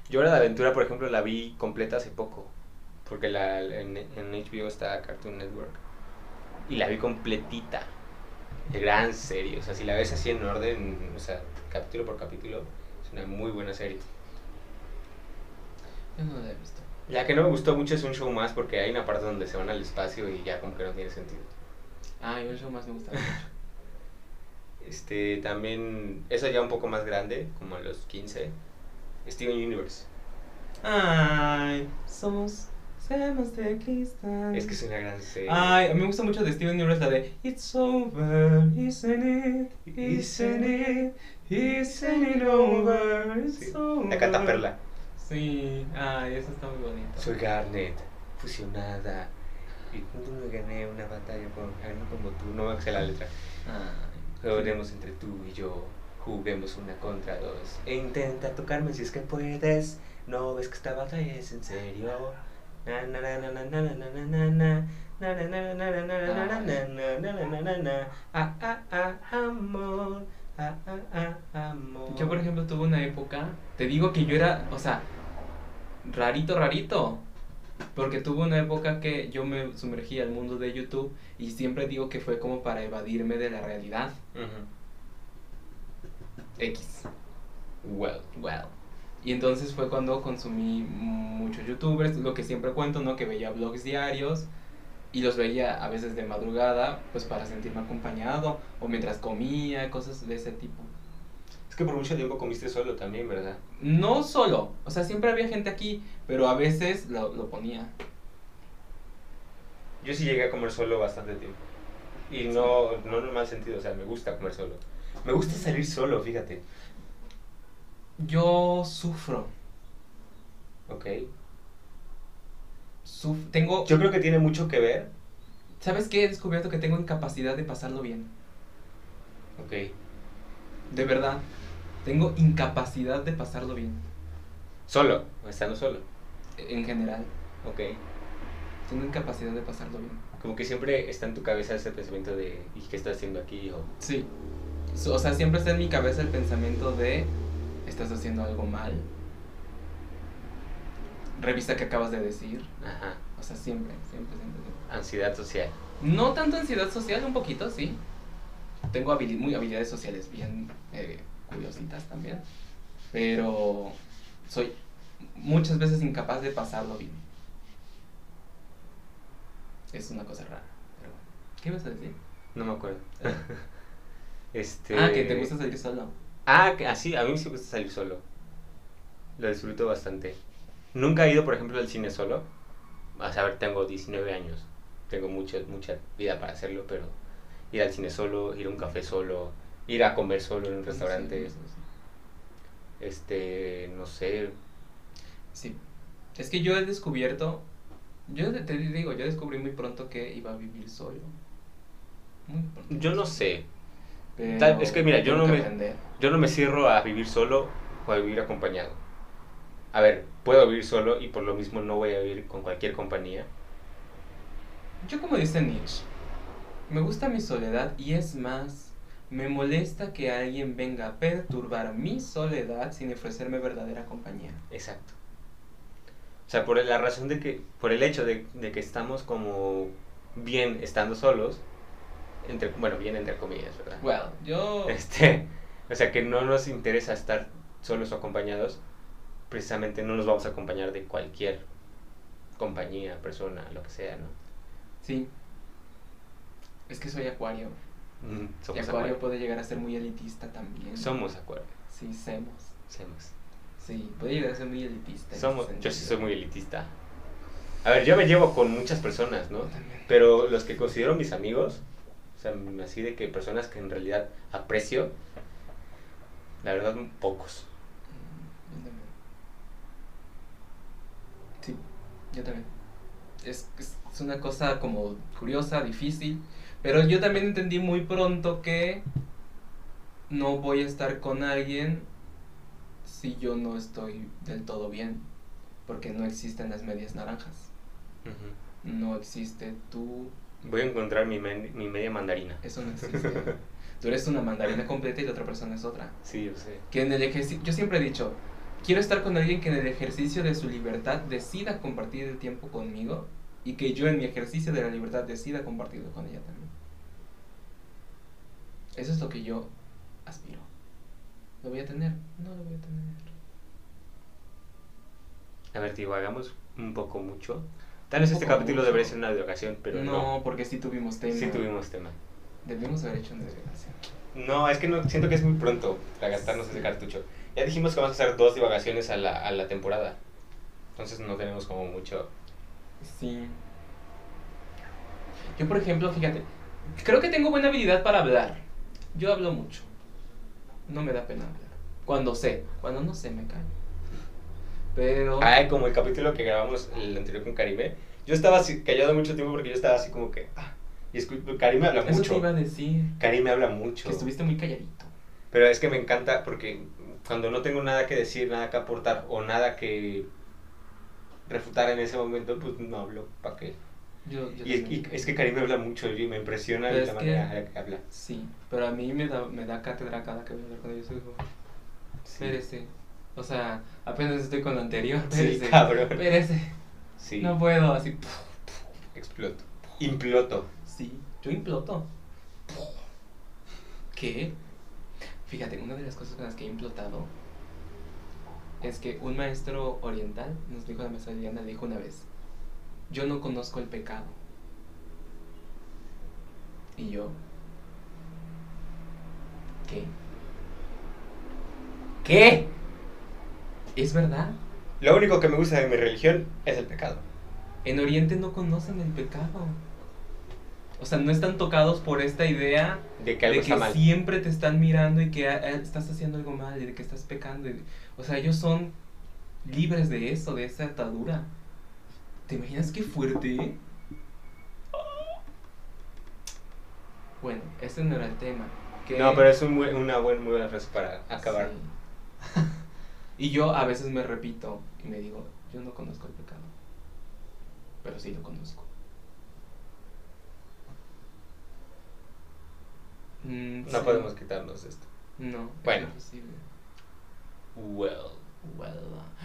Speaker 2: Yo Hora de Aventura, por ejemplo, la vi completa hace poco. Porque la, en, en HBO está Cartoon Network. Y la vi completita. Gran serie. O sea, si la ves así en orden, o sea, capítulo por capítulo, es una muy buena serie.
Speaker 1: Yo no la he visto.
Speaker 2: La que no me gustó mucho es un show más porque hay una parte donde se van al espacio y ya como que no tiene sentido.
Speaker 1: Ah, y un show más me gustaba mucho.
Speaker 2: Este, también, esa ya un poco más grande, como a los 15. Steven Universe.
Speaker 1: Ay, somos semas de cristal.
Speaker 2: Es que es una gran serie.
Speaker 1: Ay, a mí me gusta mucho de Steven Universe la de It's over, isn't it? Isn't it? Isn't it over? It's
Speaker 2: Sí,
Speaker 1: over.
Speaker 2: La cataperla.
Speaker 1: Sí, ay, eso está muy bonito.
Speaker 2: Soy Garnet, fusionada. Y cuando me gané una batalla con alguien como tú, no me sé la letra.
Speaker 1: Ay,
Speaker 2: Jugaremos entre tú y yo, juguemos una contra dos. E intenta tocarme si es que puedes. No ves que esta batalla es en serio.
Speaker 4: Na, na, na, na, na, na, na, na, na, na. Na, na, na, na, na, na, na, na, na, na, na, na, na, na, na. Ah, ah, ah, amor. Ah, ah, ah, amor.
Speaker 1: Yo, por ejemplo, tuve una época, te digo que yo era, o sea, rarito, rarito. Porque tuve una época que yo me sumergí al mundo de YouTube y siempre digo que fue como para evadirme de la realidad.
Speaker 4: Ujú.
Speaker 1: X.
Speaker 5: Well.
Speaker 1: Well. Y entonces fue cuando consumí muchos youtubers, lo que siempre cuento, ¿no? Que veía blogs diarios y los veía a veces de madrugada, pues para sentirme acompañado o mientras comía, cosas de ese tipo.
Speaker 4: Es que por mucho tiempo comiste solo también, ¿verdad?
Speaker 1: No solo, o sea, siempre había gente aquí, pero a veces lo, lo ponía.
Speaker 4: Yo sí llegué a comer solo bastante tiempo. Y no, no en el mal sentido, o sea, me gusta comer solo. Me gusta salir solo, fíjate.
Speaker 1: Yo sufro,
Speaker 4: Ok.
Speaker 1: suf- tengo...
Speaker 4: Yo creo que tiene mucho que ver.
Speaker 1: ¿Sabes qué? He descubierto que tengo incapacidad de pasarlo bien.
Speaker 4: Ok.
Speaker 1: De verdad, tengo incapacidad de pasarlo bien,
Speaker 4: Solo. o Estando solo.
Speaker 1: en general.
Speaker 4: Ok.
Speaker 1: Tengo incapacidad de pasarlo bien.
Speaker 4: Como que siempre está en tu cabeza ese pensamiento de, ¿y qué estás haciendo aquí? O,
Speaker 1: Sí. So- O sea, siempre está en mi cabeza el pensamiento de, estás haciendo algo mal. Revista que acabas de decir.
Speaker 4: ajá,
Speaker 1: O sea, siempre, siempre, siempre. siempre.
Speaker 4: ansiedad social.
Speaker 1: No tanto ansiedad social, un poquito, sí. Tengo habili- muy habilidades sociales bien eh, curiositas también. Pero soy muchas veces incapaz de pasarlo bien. Es una cosa rara. Pero bueno. ¿Qué ibas a decir?
Speaker 4: No me acuerdo. [LAUGHS] este...
Speaker 1: Ah, que te gusta salir solo.
Speaker 4: Ah, que- ah, sí, a mí sí me gusta salir solo. Lo disfruto bastante. Nunca he ido, por ejemplo, al cine solo. A saber, tengo 19 años. Tengo mucha, mucha vida para hacerlo, pero ir al cine solo, ir a un café solo, ir a comer solo en un restaurante,
Speaker 1: Ah, Sí, sí, sí.
Speaker 4: este, no sé.
Speaker 1: Sí. Es que yo he descubierto, yo de- te digo, yo descubrí muy pronto que iba a vivir solo. Muy pronto.
Speaker 4: Yo no sé.
Speaker 1: Pero
Speaker 4: tal- es que mira, yo
Speaker 1: tengo
Speaker 4: no
Speaker 1: que
Speaker 4: me-
Speaker 1: aprender.
Speaker 4: Yo no me cierro a vivir solo o a vivir acompañado. A ver, puedo vivir solo y por lo mismo no voy a vivir con cualquier compañía.
Speaker 1: Yo como dice Nietzsche, me gusta mi soledad y es más, me molesta que alguien venga a perturbar mi soledad sin ofrecerme verdadera compañía.
Speaker 4: Exacto. O sea, por la razón de que, por el hecho de, de que estamos como bien estando solos, entre, bueno, bien entre comillas, ¿verdad?
Speaker 1: Well, yo...
Speaker 4: Este, o sea, que no nos interesa estar solos o acompañados, precisamente no nos vamos a acompañar de cualquier compañía, persona, lo que sea, ¿no?
Speaker 1: Sí. Es que soy acuario.
Speaker 4: Mm,
Speaker 1: Y
Speaker 4: Somos
Speaker 1: acuario
Speaker 4: acuario.
Speaker 1: puede llegar a ser muy elitista también.
Speaker 4: Somos acuario.
Speaker 1: pues. Sí, semos.
Speaker 4: Somos.
Speaker 1: Sí, puede llegar a ser muy elitista. en
Speaker 4: Somos,
Speaker 1: ese
Speaker 4: yo sí soy
Speaker 1: sentido.
Speaker 4: muy elitista. A ver, yo me llevo con muchas personas, ¿no?
Speaker 1: Yo también.
Speaker 4: Pero los que considero mis amigos, o sea, m- así de que personas que en realidad aprecio, la verdad, m- pocos.
Speaker 1: Mm, yo también. Sí, yo también. Es, es, es una cosa como curiosa, difícil, pero yo también entendí muy pronto que no voy a estar con alguien si yo no estoy del todo bien, porque no existen las medias naranjas, no existe tú,
Speaker 4: Voy a encontrar mi, men- mi media mandarina.
Speaker 1: eso no
Speaker 4: [LAUGHS]
Speaker 1: existe. tú eres una mandarina completa y la otra persona es otra.
Speaker 4: Sí, yo sé.
Speaker 1: que en el ejercicio, yo siempre he dicho, quiero estar con alguien que en el ejercicio de su libertad decida compartir el tiempo conmigo y que yo en mi ejercicio de la libertad decida compartirlo con ella también. Eso es lo que yo aspiro. ¿Lo voy a tener? No lo voy a tener.
Speaker 4: A ver, divagamos un poco mucho. Tal vez
Speaker 1: Un
Speaker 4: este
Speaker 1: poco
Speaker 4: capítulo
Speaker 1: mucho.
Speaker 4: debería ser una educación, pero no. pues,
Speaker 1: no, porque sí tuvimos tema.
Speaker 4: Sí tuvimos tema.
Speaker 1: Debimos haber hecho una desgracia.
Speaker 4: No, es que no, siento que es muy pronto para gastarnos ese cartucho. Ya dijimos que vamos a hacer dos divagaciones a la, a la temporada. Entonces no tenemos como mucho...
Speaker 1: Sí. Yo, por ejemplo, fíjate, creo que tengo buena habilidad para hablar. Yo hablo mucho. No me da pena hablar. Cuando sé, cuando no sé, me callo. Pero.
Speaker 4: Ay, Ah, como el capítulo que grabamos el anterior con Karime. Yo estaba así, callado mucho tiempo porque yo estaba así como que... Ah, y escu- Karime habla
Speaker 1: eso te
Speaker 4: mucho.
Speaker 1: iba a decir.
Speaker 4: Karime habla mucho.
Speaker 1: Que estuviste muy calladito.
Speaker 4: Pero es que me encanta porque cuando no tengo nada que decir, nada que aportar o nada que refutar en ese momento, pues no hablo, ¿para qué?
Speaker 1: Yo, yo
Speaker 4: Y es,
Speaker 1: también.
Speaker 4: y es que Karim habla mucho y me impresiona
Speaker 1: Pero
Speaker 4: de
Speaker 1: es que-
Speaker 4: la manera en la que habla.
Speaker 1: Sí, pero a mí me da, me da cátedra cada que voy a hablar con ellos. Digo, espérese. O sea, apenas estoy con lo anterior.
Speaker 4: Sí,
Speaker 1: Espérese.
Speaker 4: cabrón.
Speaker 1: espérese.
Speaker 4: Sí,
Speaker 1: No pues- puedo, así. puf,
Speaker 4: exploto. Imploto.
Speaker 1: Sí, yo imploto. ¿Qué? Fíjate, una de las cosas con las que he implotado es que un maestro oriental nos dijo en la mesa de Diana, dijo una vez, yo no conozco el pecado. Y yo, ¿qué? ¿Qué? ¿Es verdad?
Speaker 4: Lo único que me gusta de mi religión es el pecado.
Speaker 1: En Oriente no conocen el pecado. O sea, no están tocados por esta idea
Speaker 4: De que algo
Speaker 1: de que
Speaker 4: está mal.
Speaker 1: siempre te están mirando y que ah, ah, estás haciendo algo mal y de que estás pecando. y- o sea, ellos son libres de eso, de esa atadura. ¿Te imaginas qué fuerte? Bueno, ese no era el tema. que-
Speaker 4: No, pero es un buen- una buen- muy buena frase para acabar.
Speaker 1: Sí. [LAUGHS] y yo a veces me repito y me digo, yo no conozco el pecado, pero sí lo conozco. Mm,
Speaker 4: No
Speaker 1: sí.
Speaker 4: podemos quitarnos esto.
Speaker 1: No. es
Speaker 4: Bueno.
Speaker 1: imposible.
Speaker 4: Well.
Speaker 1: Well,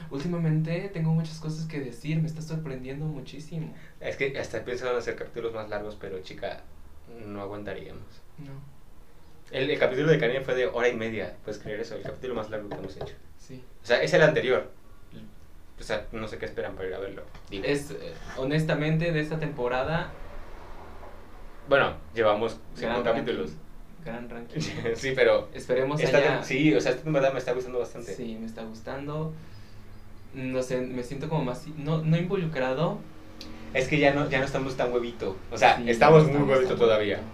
Speaker 1: últimamente tengo muchas cosas que decir, me está sorprendiendo muchísimo.
Speaker 4: Es que hasta piensan hacer capítulos más largos, pero chica, no aguantaríamos.
Speaker 1: No,
Speaker 4: El, el capítulo de Karina fue de hora y media, puedes creer eso, el capítulo más largo que hemos hecho.
Speaker 1: sí.
Speaker 4: O sea, es el anterior. O sea, no sé qué esperan para ir a verlo. digo.
Speaker 1: Es, eh, honestamente, de esta temporada,
Speaker 4: Bueno, llevamos cinco
Speaker 1: gran
Speaker 4: capítulos.
Speaker 1: ranking,
Speaker 4: [LAUGHS]
Speaker 1: Gran ranking.
Speaker 4: sí, pero...
Speaker 1: Esperemos
Speaker 4: esta
Speaker 1: haya...
Speaker 4: tem- sí, o sea, esta temporada me está gustando bastante.
Speaker 1: Sí, me está gustando. No sé, me siento como más. No, no involucrado.
Speaker 4: Es que ya no, ya no estamos tan huevito. O sea,
Speaker 1: Sí,
Speaker 4: estamos
Speaker 1: no
Speaker 4: muy huevito
Speaker 1: tan
Speaker 4: todavía.
Speaker 1: huevito.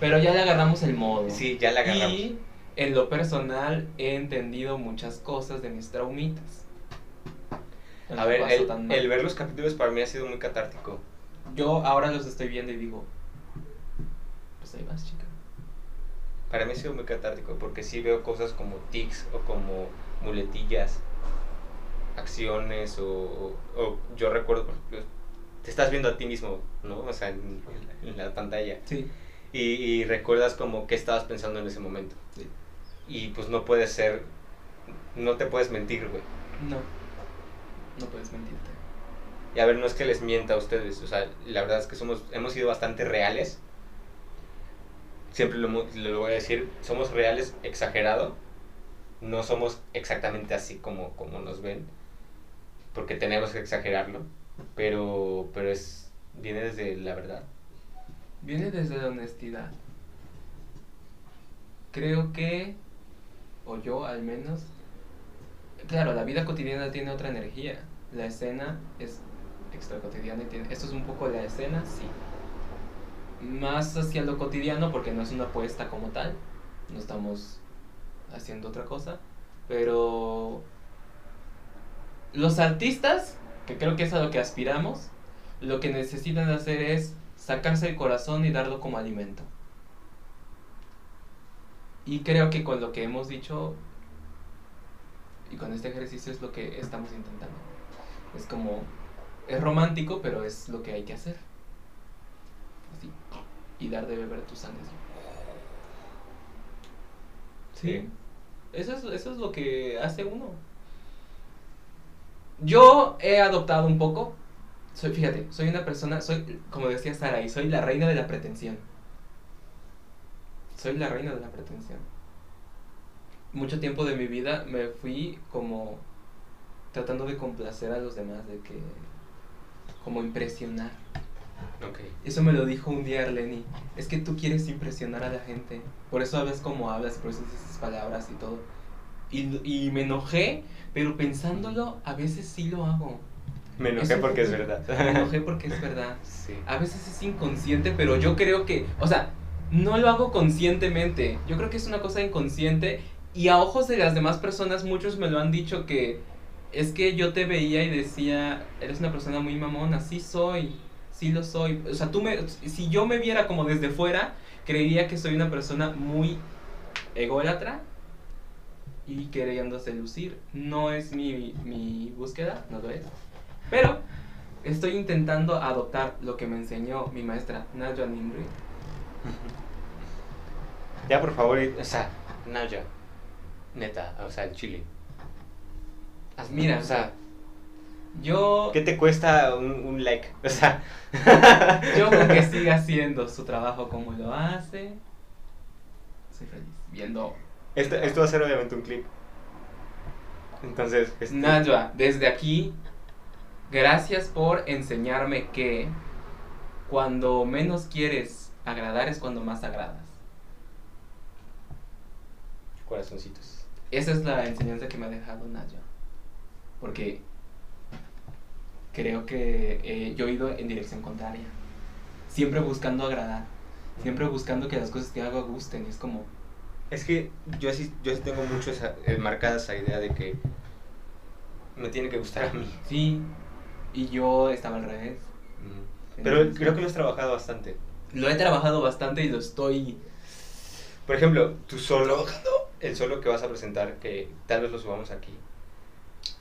Speaker 1: Pero ya le agarramos el modo.
Speaker 4: Sí, ya la agarramos.
Speaker 1: Y en lo personal he entendido muchas cosas de mis traumitas. No
Speaker 4: A ver,
Speaker 1: paso
Speaker 4: el,
Speaker 1: tan mal.
Speaker 4: el ver los capítulos para mí ha sido muy catártico.
Speaker 1: Yo ahora los estoy viendo y digo. Pues ahí vas, chica.
Speaker 4: Para mí ha sido muy catártico porque sí veo cosas como tics o como muletillas, acciones o, o yo recuerdo, te estás viendo a ti mismo, ¿no? O sea, en, en la pantalla.
Speaker 1: Sí.
Speaker 4: Y, y recuerdas como qué estabas pensando en ese momento.
Speaker 1: Sí.
Speaker 4: Y pues no puedes ser, no te puedes mentir, güey.
Speaker 1: No. No puedes mentirte.
Speaker 4: Y a ver, no es que les mienta a ustedes, o sea, la verdad es que somos, hemos sido bastante reales. Siempre lo, mo- lo voy a decir, somos reales exagerado. No somos exactamente así como, como nos ven, porque tenemos que exagerarlo, pero, pero es, viene desde la verdad.
Speaker 1: Viene desde la honestidad. Creo que, o yo al menos, claro, la vida cotidiana tiene otra energía. La escena es extra cotidiana y tiene, esto es un poco la escena, sí. Más hacia lo cotidiano porque no es una apuesta como tal, no estamos haciendo otra cosa, pero los artistas, que creo que es a lo que aspiramos, lo que necesitan hacer es sacarse el corazón y darlo como alimento. Y creo que con lo que hemos dicho y con este ejercicio es lo que estamos intentando. Es como, es romántico, pero es lo que hay que hacer. Así. Y dar de beber a tus sangres.
Speaker 4: Sí.
Speaker 1: Eso es, eso es lo que hace uno. Yo he adoptado un poco. Soy, fíjate, soy una persona, soy, como decía Saraí, soy la reina de la pretensión. Soy la reina de la pretensión. Mucho tiempo de mi vida me fui como tratando de complacer a los demás, de que como impresionar.
Speaker 4: Ok.
Speaker 1: Eso me lo dijo un día Arleni. Es que tú quieres impresionar a la gente. Por eso hablas como hablas, por eso dices esas palabras y todo. Y, y me enojé, pero pensándolo, a veces sí lo hago.
Speaker 4: Me enojé
Speaker 1: Eso
Speaker 4: porque es
Speaker 1: fue-
Speaker 4: verdad.
Speaker 1: Me
Speaker 4: [LAUGHS]
Speaker 1: enojé porque es verdad.
Speaker 4: sí.
Speaker 1: A veces es inconsciente, pero yo creo que, o sea, no lo hago conscientemente. Yo creo que es una cosa inconsciente y a ojos de las demás personas muchos me lo han dicho que es que yo te veía y decía, eres una persona muy mamona, sí soy, sí lo soy. O sea, tú me si yo me viera como desde fuera, creería que soy una persona muy ególatra y queriéndose lucir. No es mi, mi búsqueda, no lo es. Pero estoy intentando adoptar lo que me enseñó mi maestra, Nadja Nimri.
Speaker 4: Ya, por favor, y- o sea, Naya. Neta, o sea, el chile. Haz-
Speaker 1: Mira.
Speaker 4: o sea,
Speaker 1: Yo,
Speaker 4: ¿qué te cuesta un, un like? O sea,
Speaker 1: yo con que siga haciendo su trabajo como lo hace, soy feliz. Viendo
Speaker 4: esto, Este, esto va a ser obviamente un clip. Entonces, este,
Speaker 1: Nadja, desde aquí, gracias por enseñarme que cuando menos quieres agradar es cuando más agradas.
Speaker 4: corazoncitos.
Speaker 1: Esa es la enseñanza que me ha dejado Nadja. Porque creo que eh, yo he ido en dirección contraria. Siempre buscando agradar. Siempre buscando que las cosas que hago gusten. Y es como,
Speaker 4: Es que yo sí, yo sí tengo mucho esa, eh, marcada esa idea de que me tiene que gustar a mí.
Speaker 1: sí. Y yo estaba al revés.
Speaker 4: Pero
Speaker 1: Entonces,
Speaker 4: creo que lo has trabajado bastante.
Speaker 1: lo he trabajado bastante y lo estoy...
Speaker 4: Por ejemplo, tu solo, el solo que vas a presentar, que tal vez lo subamos aquí,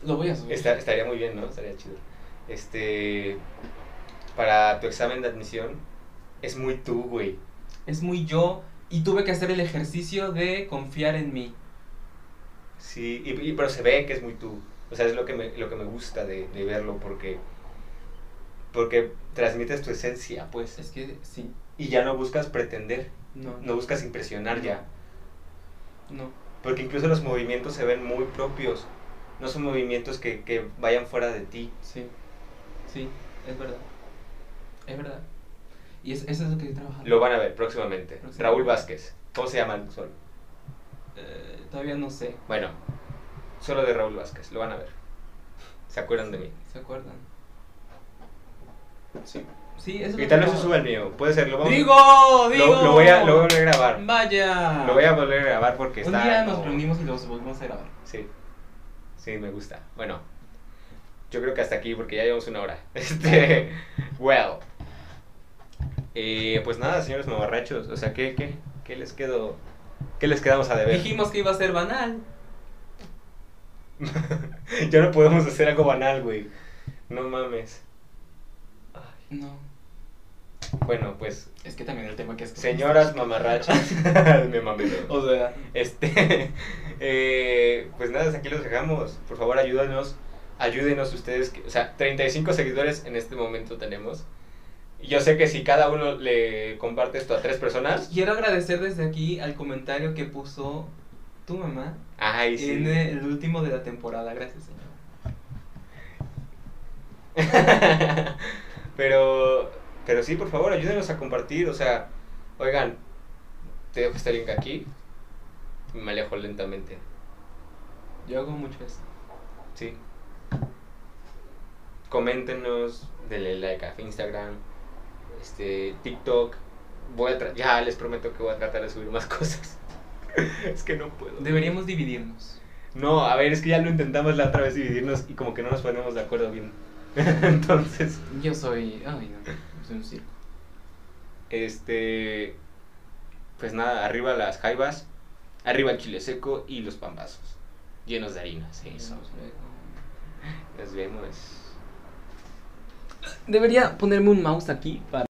Speaker 1: Lo voy a subir.
Speaker 4: Está- estaría muy bien, ¿no? Estaría chido. Este. Para tu examen de admisión, es muy tú, güey.
Speaker 1: Es muy yo y tuve que hacer el ejercicio de confiar en mí.
Speaker 4: Sí, y, y- pero se ve que es muy tú. O sea, es lo que me, lo que me gusta de, de verlo porque. Porque transmites tu esencia, pues.
Speaker 1: Es que sí,
Speaker 4: Y ya no buscas pretender,
Speaker 1: no, no,
Speaker 4: no buscas impresionar ya.
Speaker 1: no.
Speaker 4: Porque incluso los movimientos se ven muy propios. No son movimientos que, que vayan fuera de ti.
Speaker 1: sí, sí, es verdad, es verdad. Y es, eso es lo que estoy trabajando.
Speaker 4: Lo van a ver próximamente.
Speaker 1: Próximo.
Speaker 4: Raúl Vázquez. ¿Cómo se llama el sol?
Speaker 1: Eh, todavía no sé,
Speaker 4: Bueno, solo de Raúl Vázquez, lo van a ver. ¿Se acuerdan de mí?
Speaker 1: ¿se acuerdan? Sí, sí, eso es
Speaker 4: Y
Speaker 1: lo que
Speaker 4: tal vez se
Speaker 1: trabajo.
Speaker 4: suba el mío, puede ser, lo vamos
Speaker 1: Digo,
Speaker 4: lo-
Speaker 1: digo.
Speaker 4: Lo, voy a, lo voy a volver a grabar.
Speaker 1: Vaya.
Speaker 4: Lo voy a volver a grabar porque
Speaker 1: Un
Speaker 4: está.
Speaker 1: día nos
Speaker 4: como-
Speaker 1: reunimos y los volvemos a grabar.
Speaker 4: Sí. Sí, me gusta. Bueno, yo creo que hasta aquí porque ya llevamos una hora. [LAUGHS] Este. Well. Eh, pues nada, señores mamarrachos. O sea, ¿qué, qué, qué les quedó? ¿Qué les quedamos a deber?
Speaker 1: Dijimos que iba a ser banal.
Speaker 4: [LAUGHS] ya no podemos hacer algo banal, güey. No mames.
Speaker 1: No,
Speaker 4: Bueno, pues
Speaker 1: es que también el tema que es.
Speaker 4: Señoras mamarrachas. [LAUGHS] Me mamé.
Speaker 1: O sea,
Speaker 4: Este, [LAUGHS] eh, pues nada, hasta aquí los dejamos. Por favor, ayúdanos. Ayúdenos ustedes. que- o sea, 35 seguidores en este momento tenemos. Y Yo sé que si cada uno le comparte esto a tres personas.
Speaker 1: Quiero agradecer desde aquí al comentario que puso tu mamá
Speaker 4: Ay, sí.
Speaker 1: en el último de la temporada. Gracias, señor.
Speaker 4: [LAUGHS] pero, pero sí, por favor, ayúdenos a compartir. O sea, oigan, te dejo este link aquí. Me alejo lentamente.
Speaker 1: Yo hago mucho eso.
Speaker 4: Sí. Coméntenos, denle like a Instagram, este, TikTok. Voy a tra- ya les prometo que voy a tratar de subir más [LAUGHS] cosas. es que no puedo.
Speaker 1: Deberíamos dividirnos.
Speaker 4: No, a ver, es que ya lo intentamos la otra vez dividirnos y como que no nos ponemos de acuerdo bien. [LAUGHS] Entonces,
Speaker 1: Yo soy. Ay, no. Soy un circo.
Speaker 4: este pues nada, arriba las jaivas, arriba el chile seco y los pambazos llenos de harina, sí, eso. Nos vemos.
Speaker 1: Debería ponerme un mouse aquí para.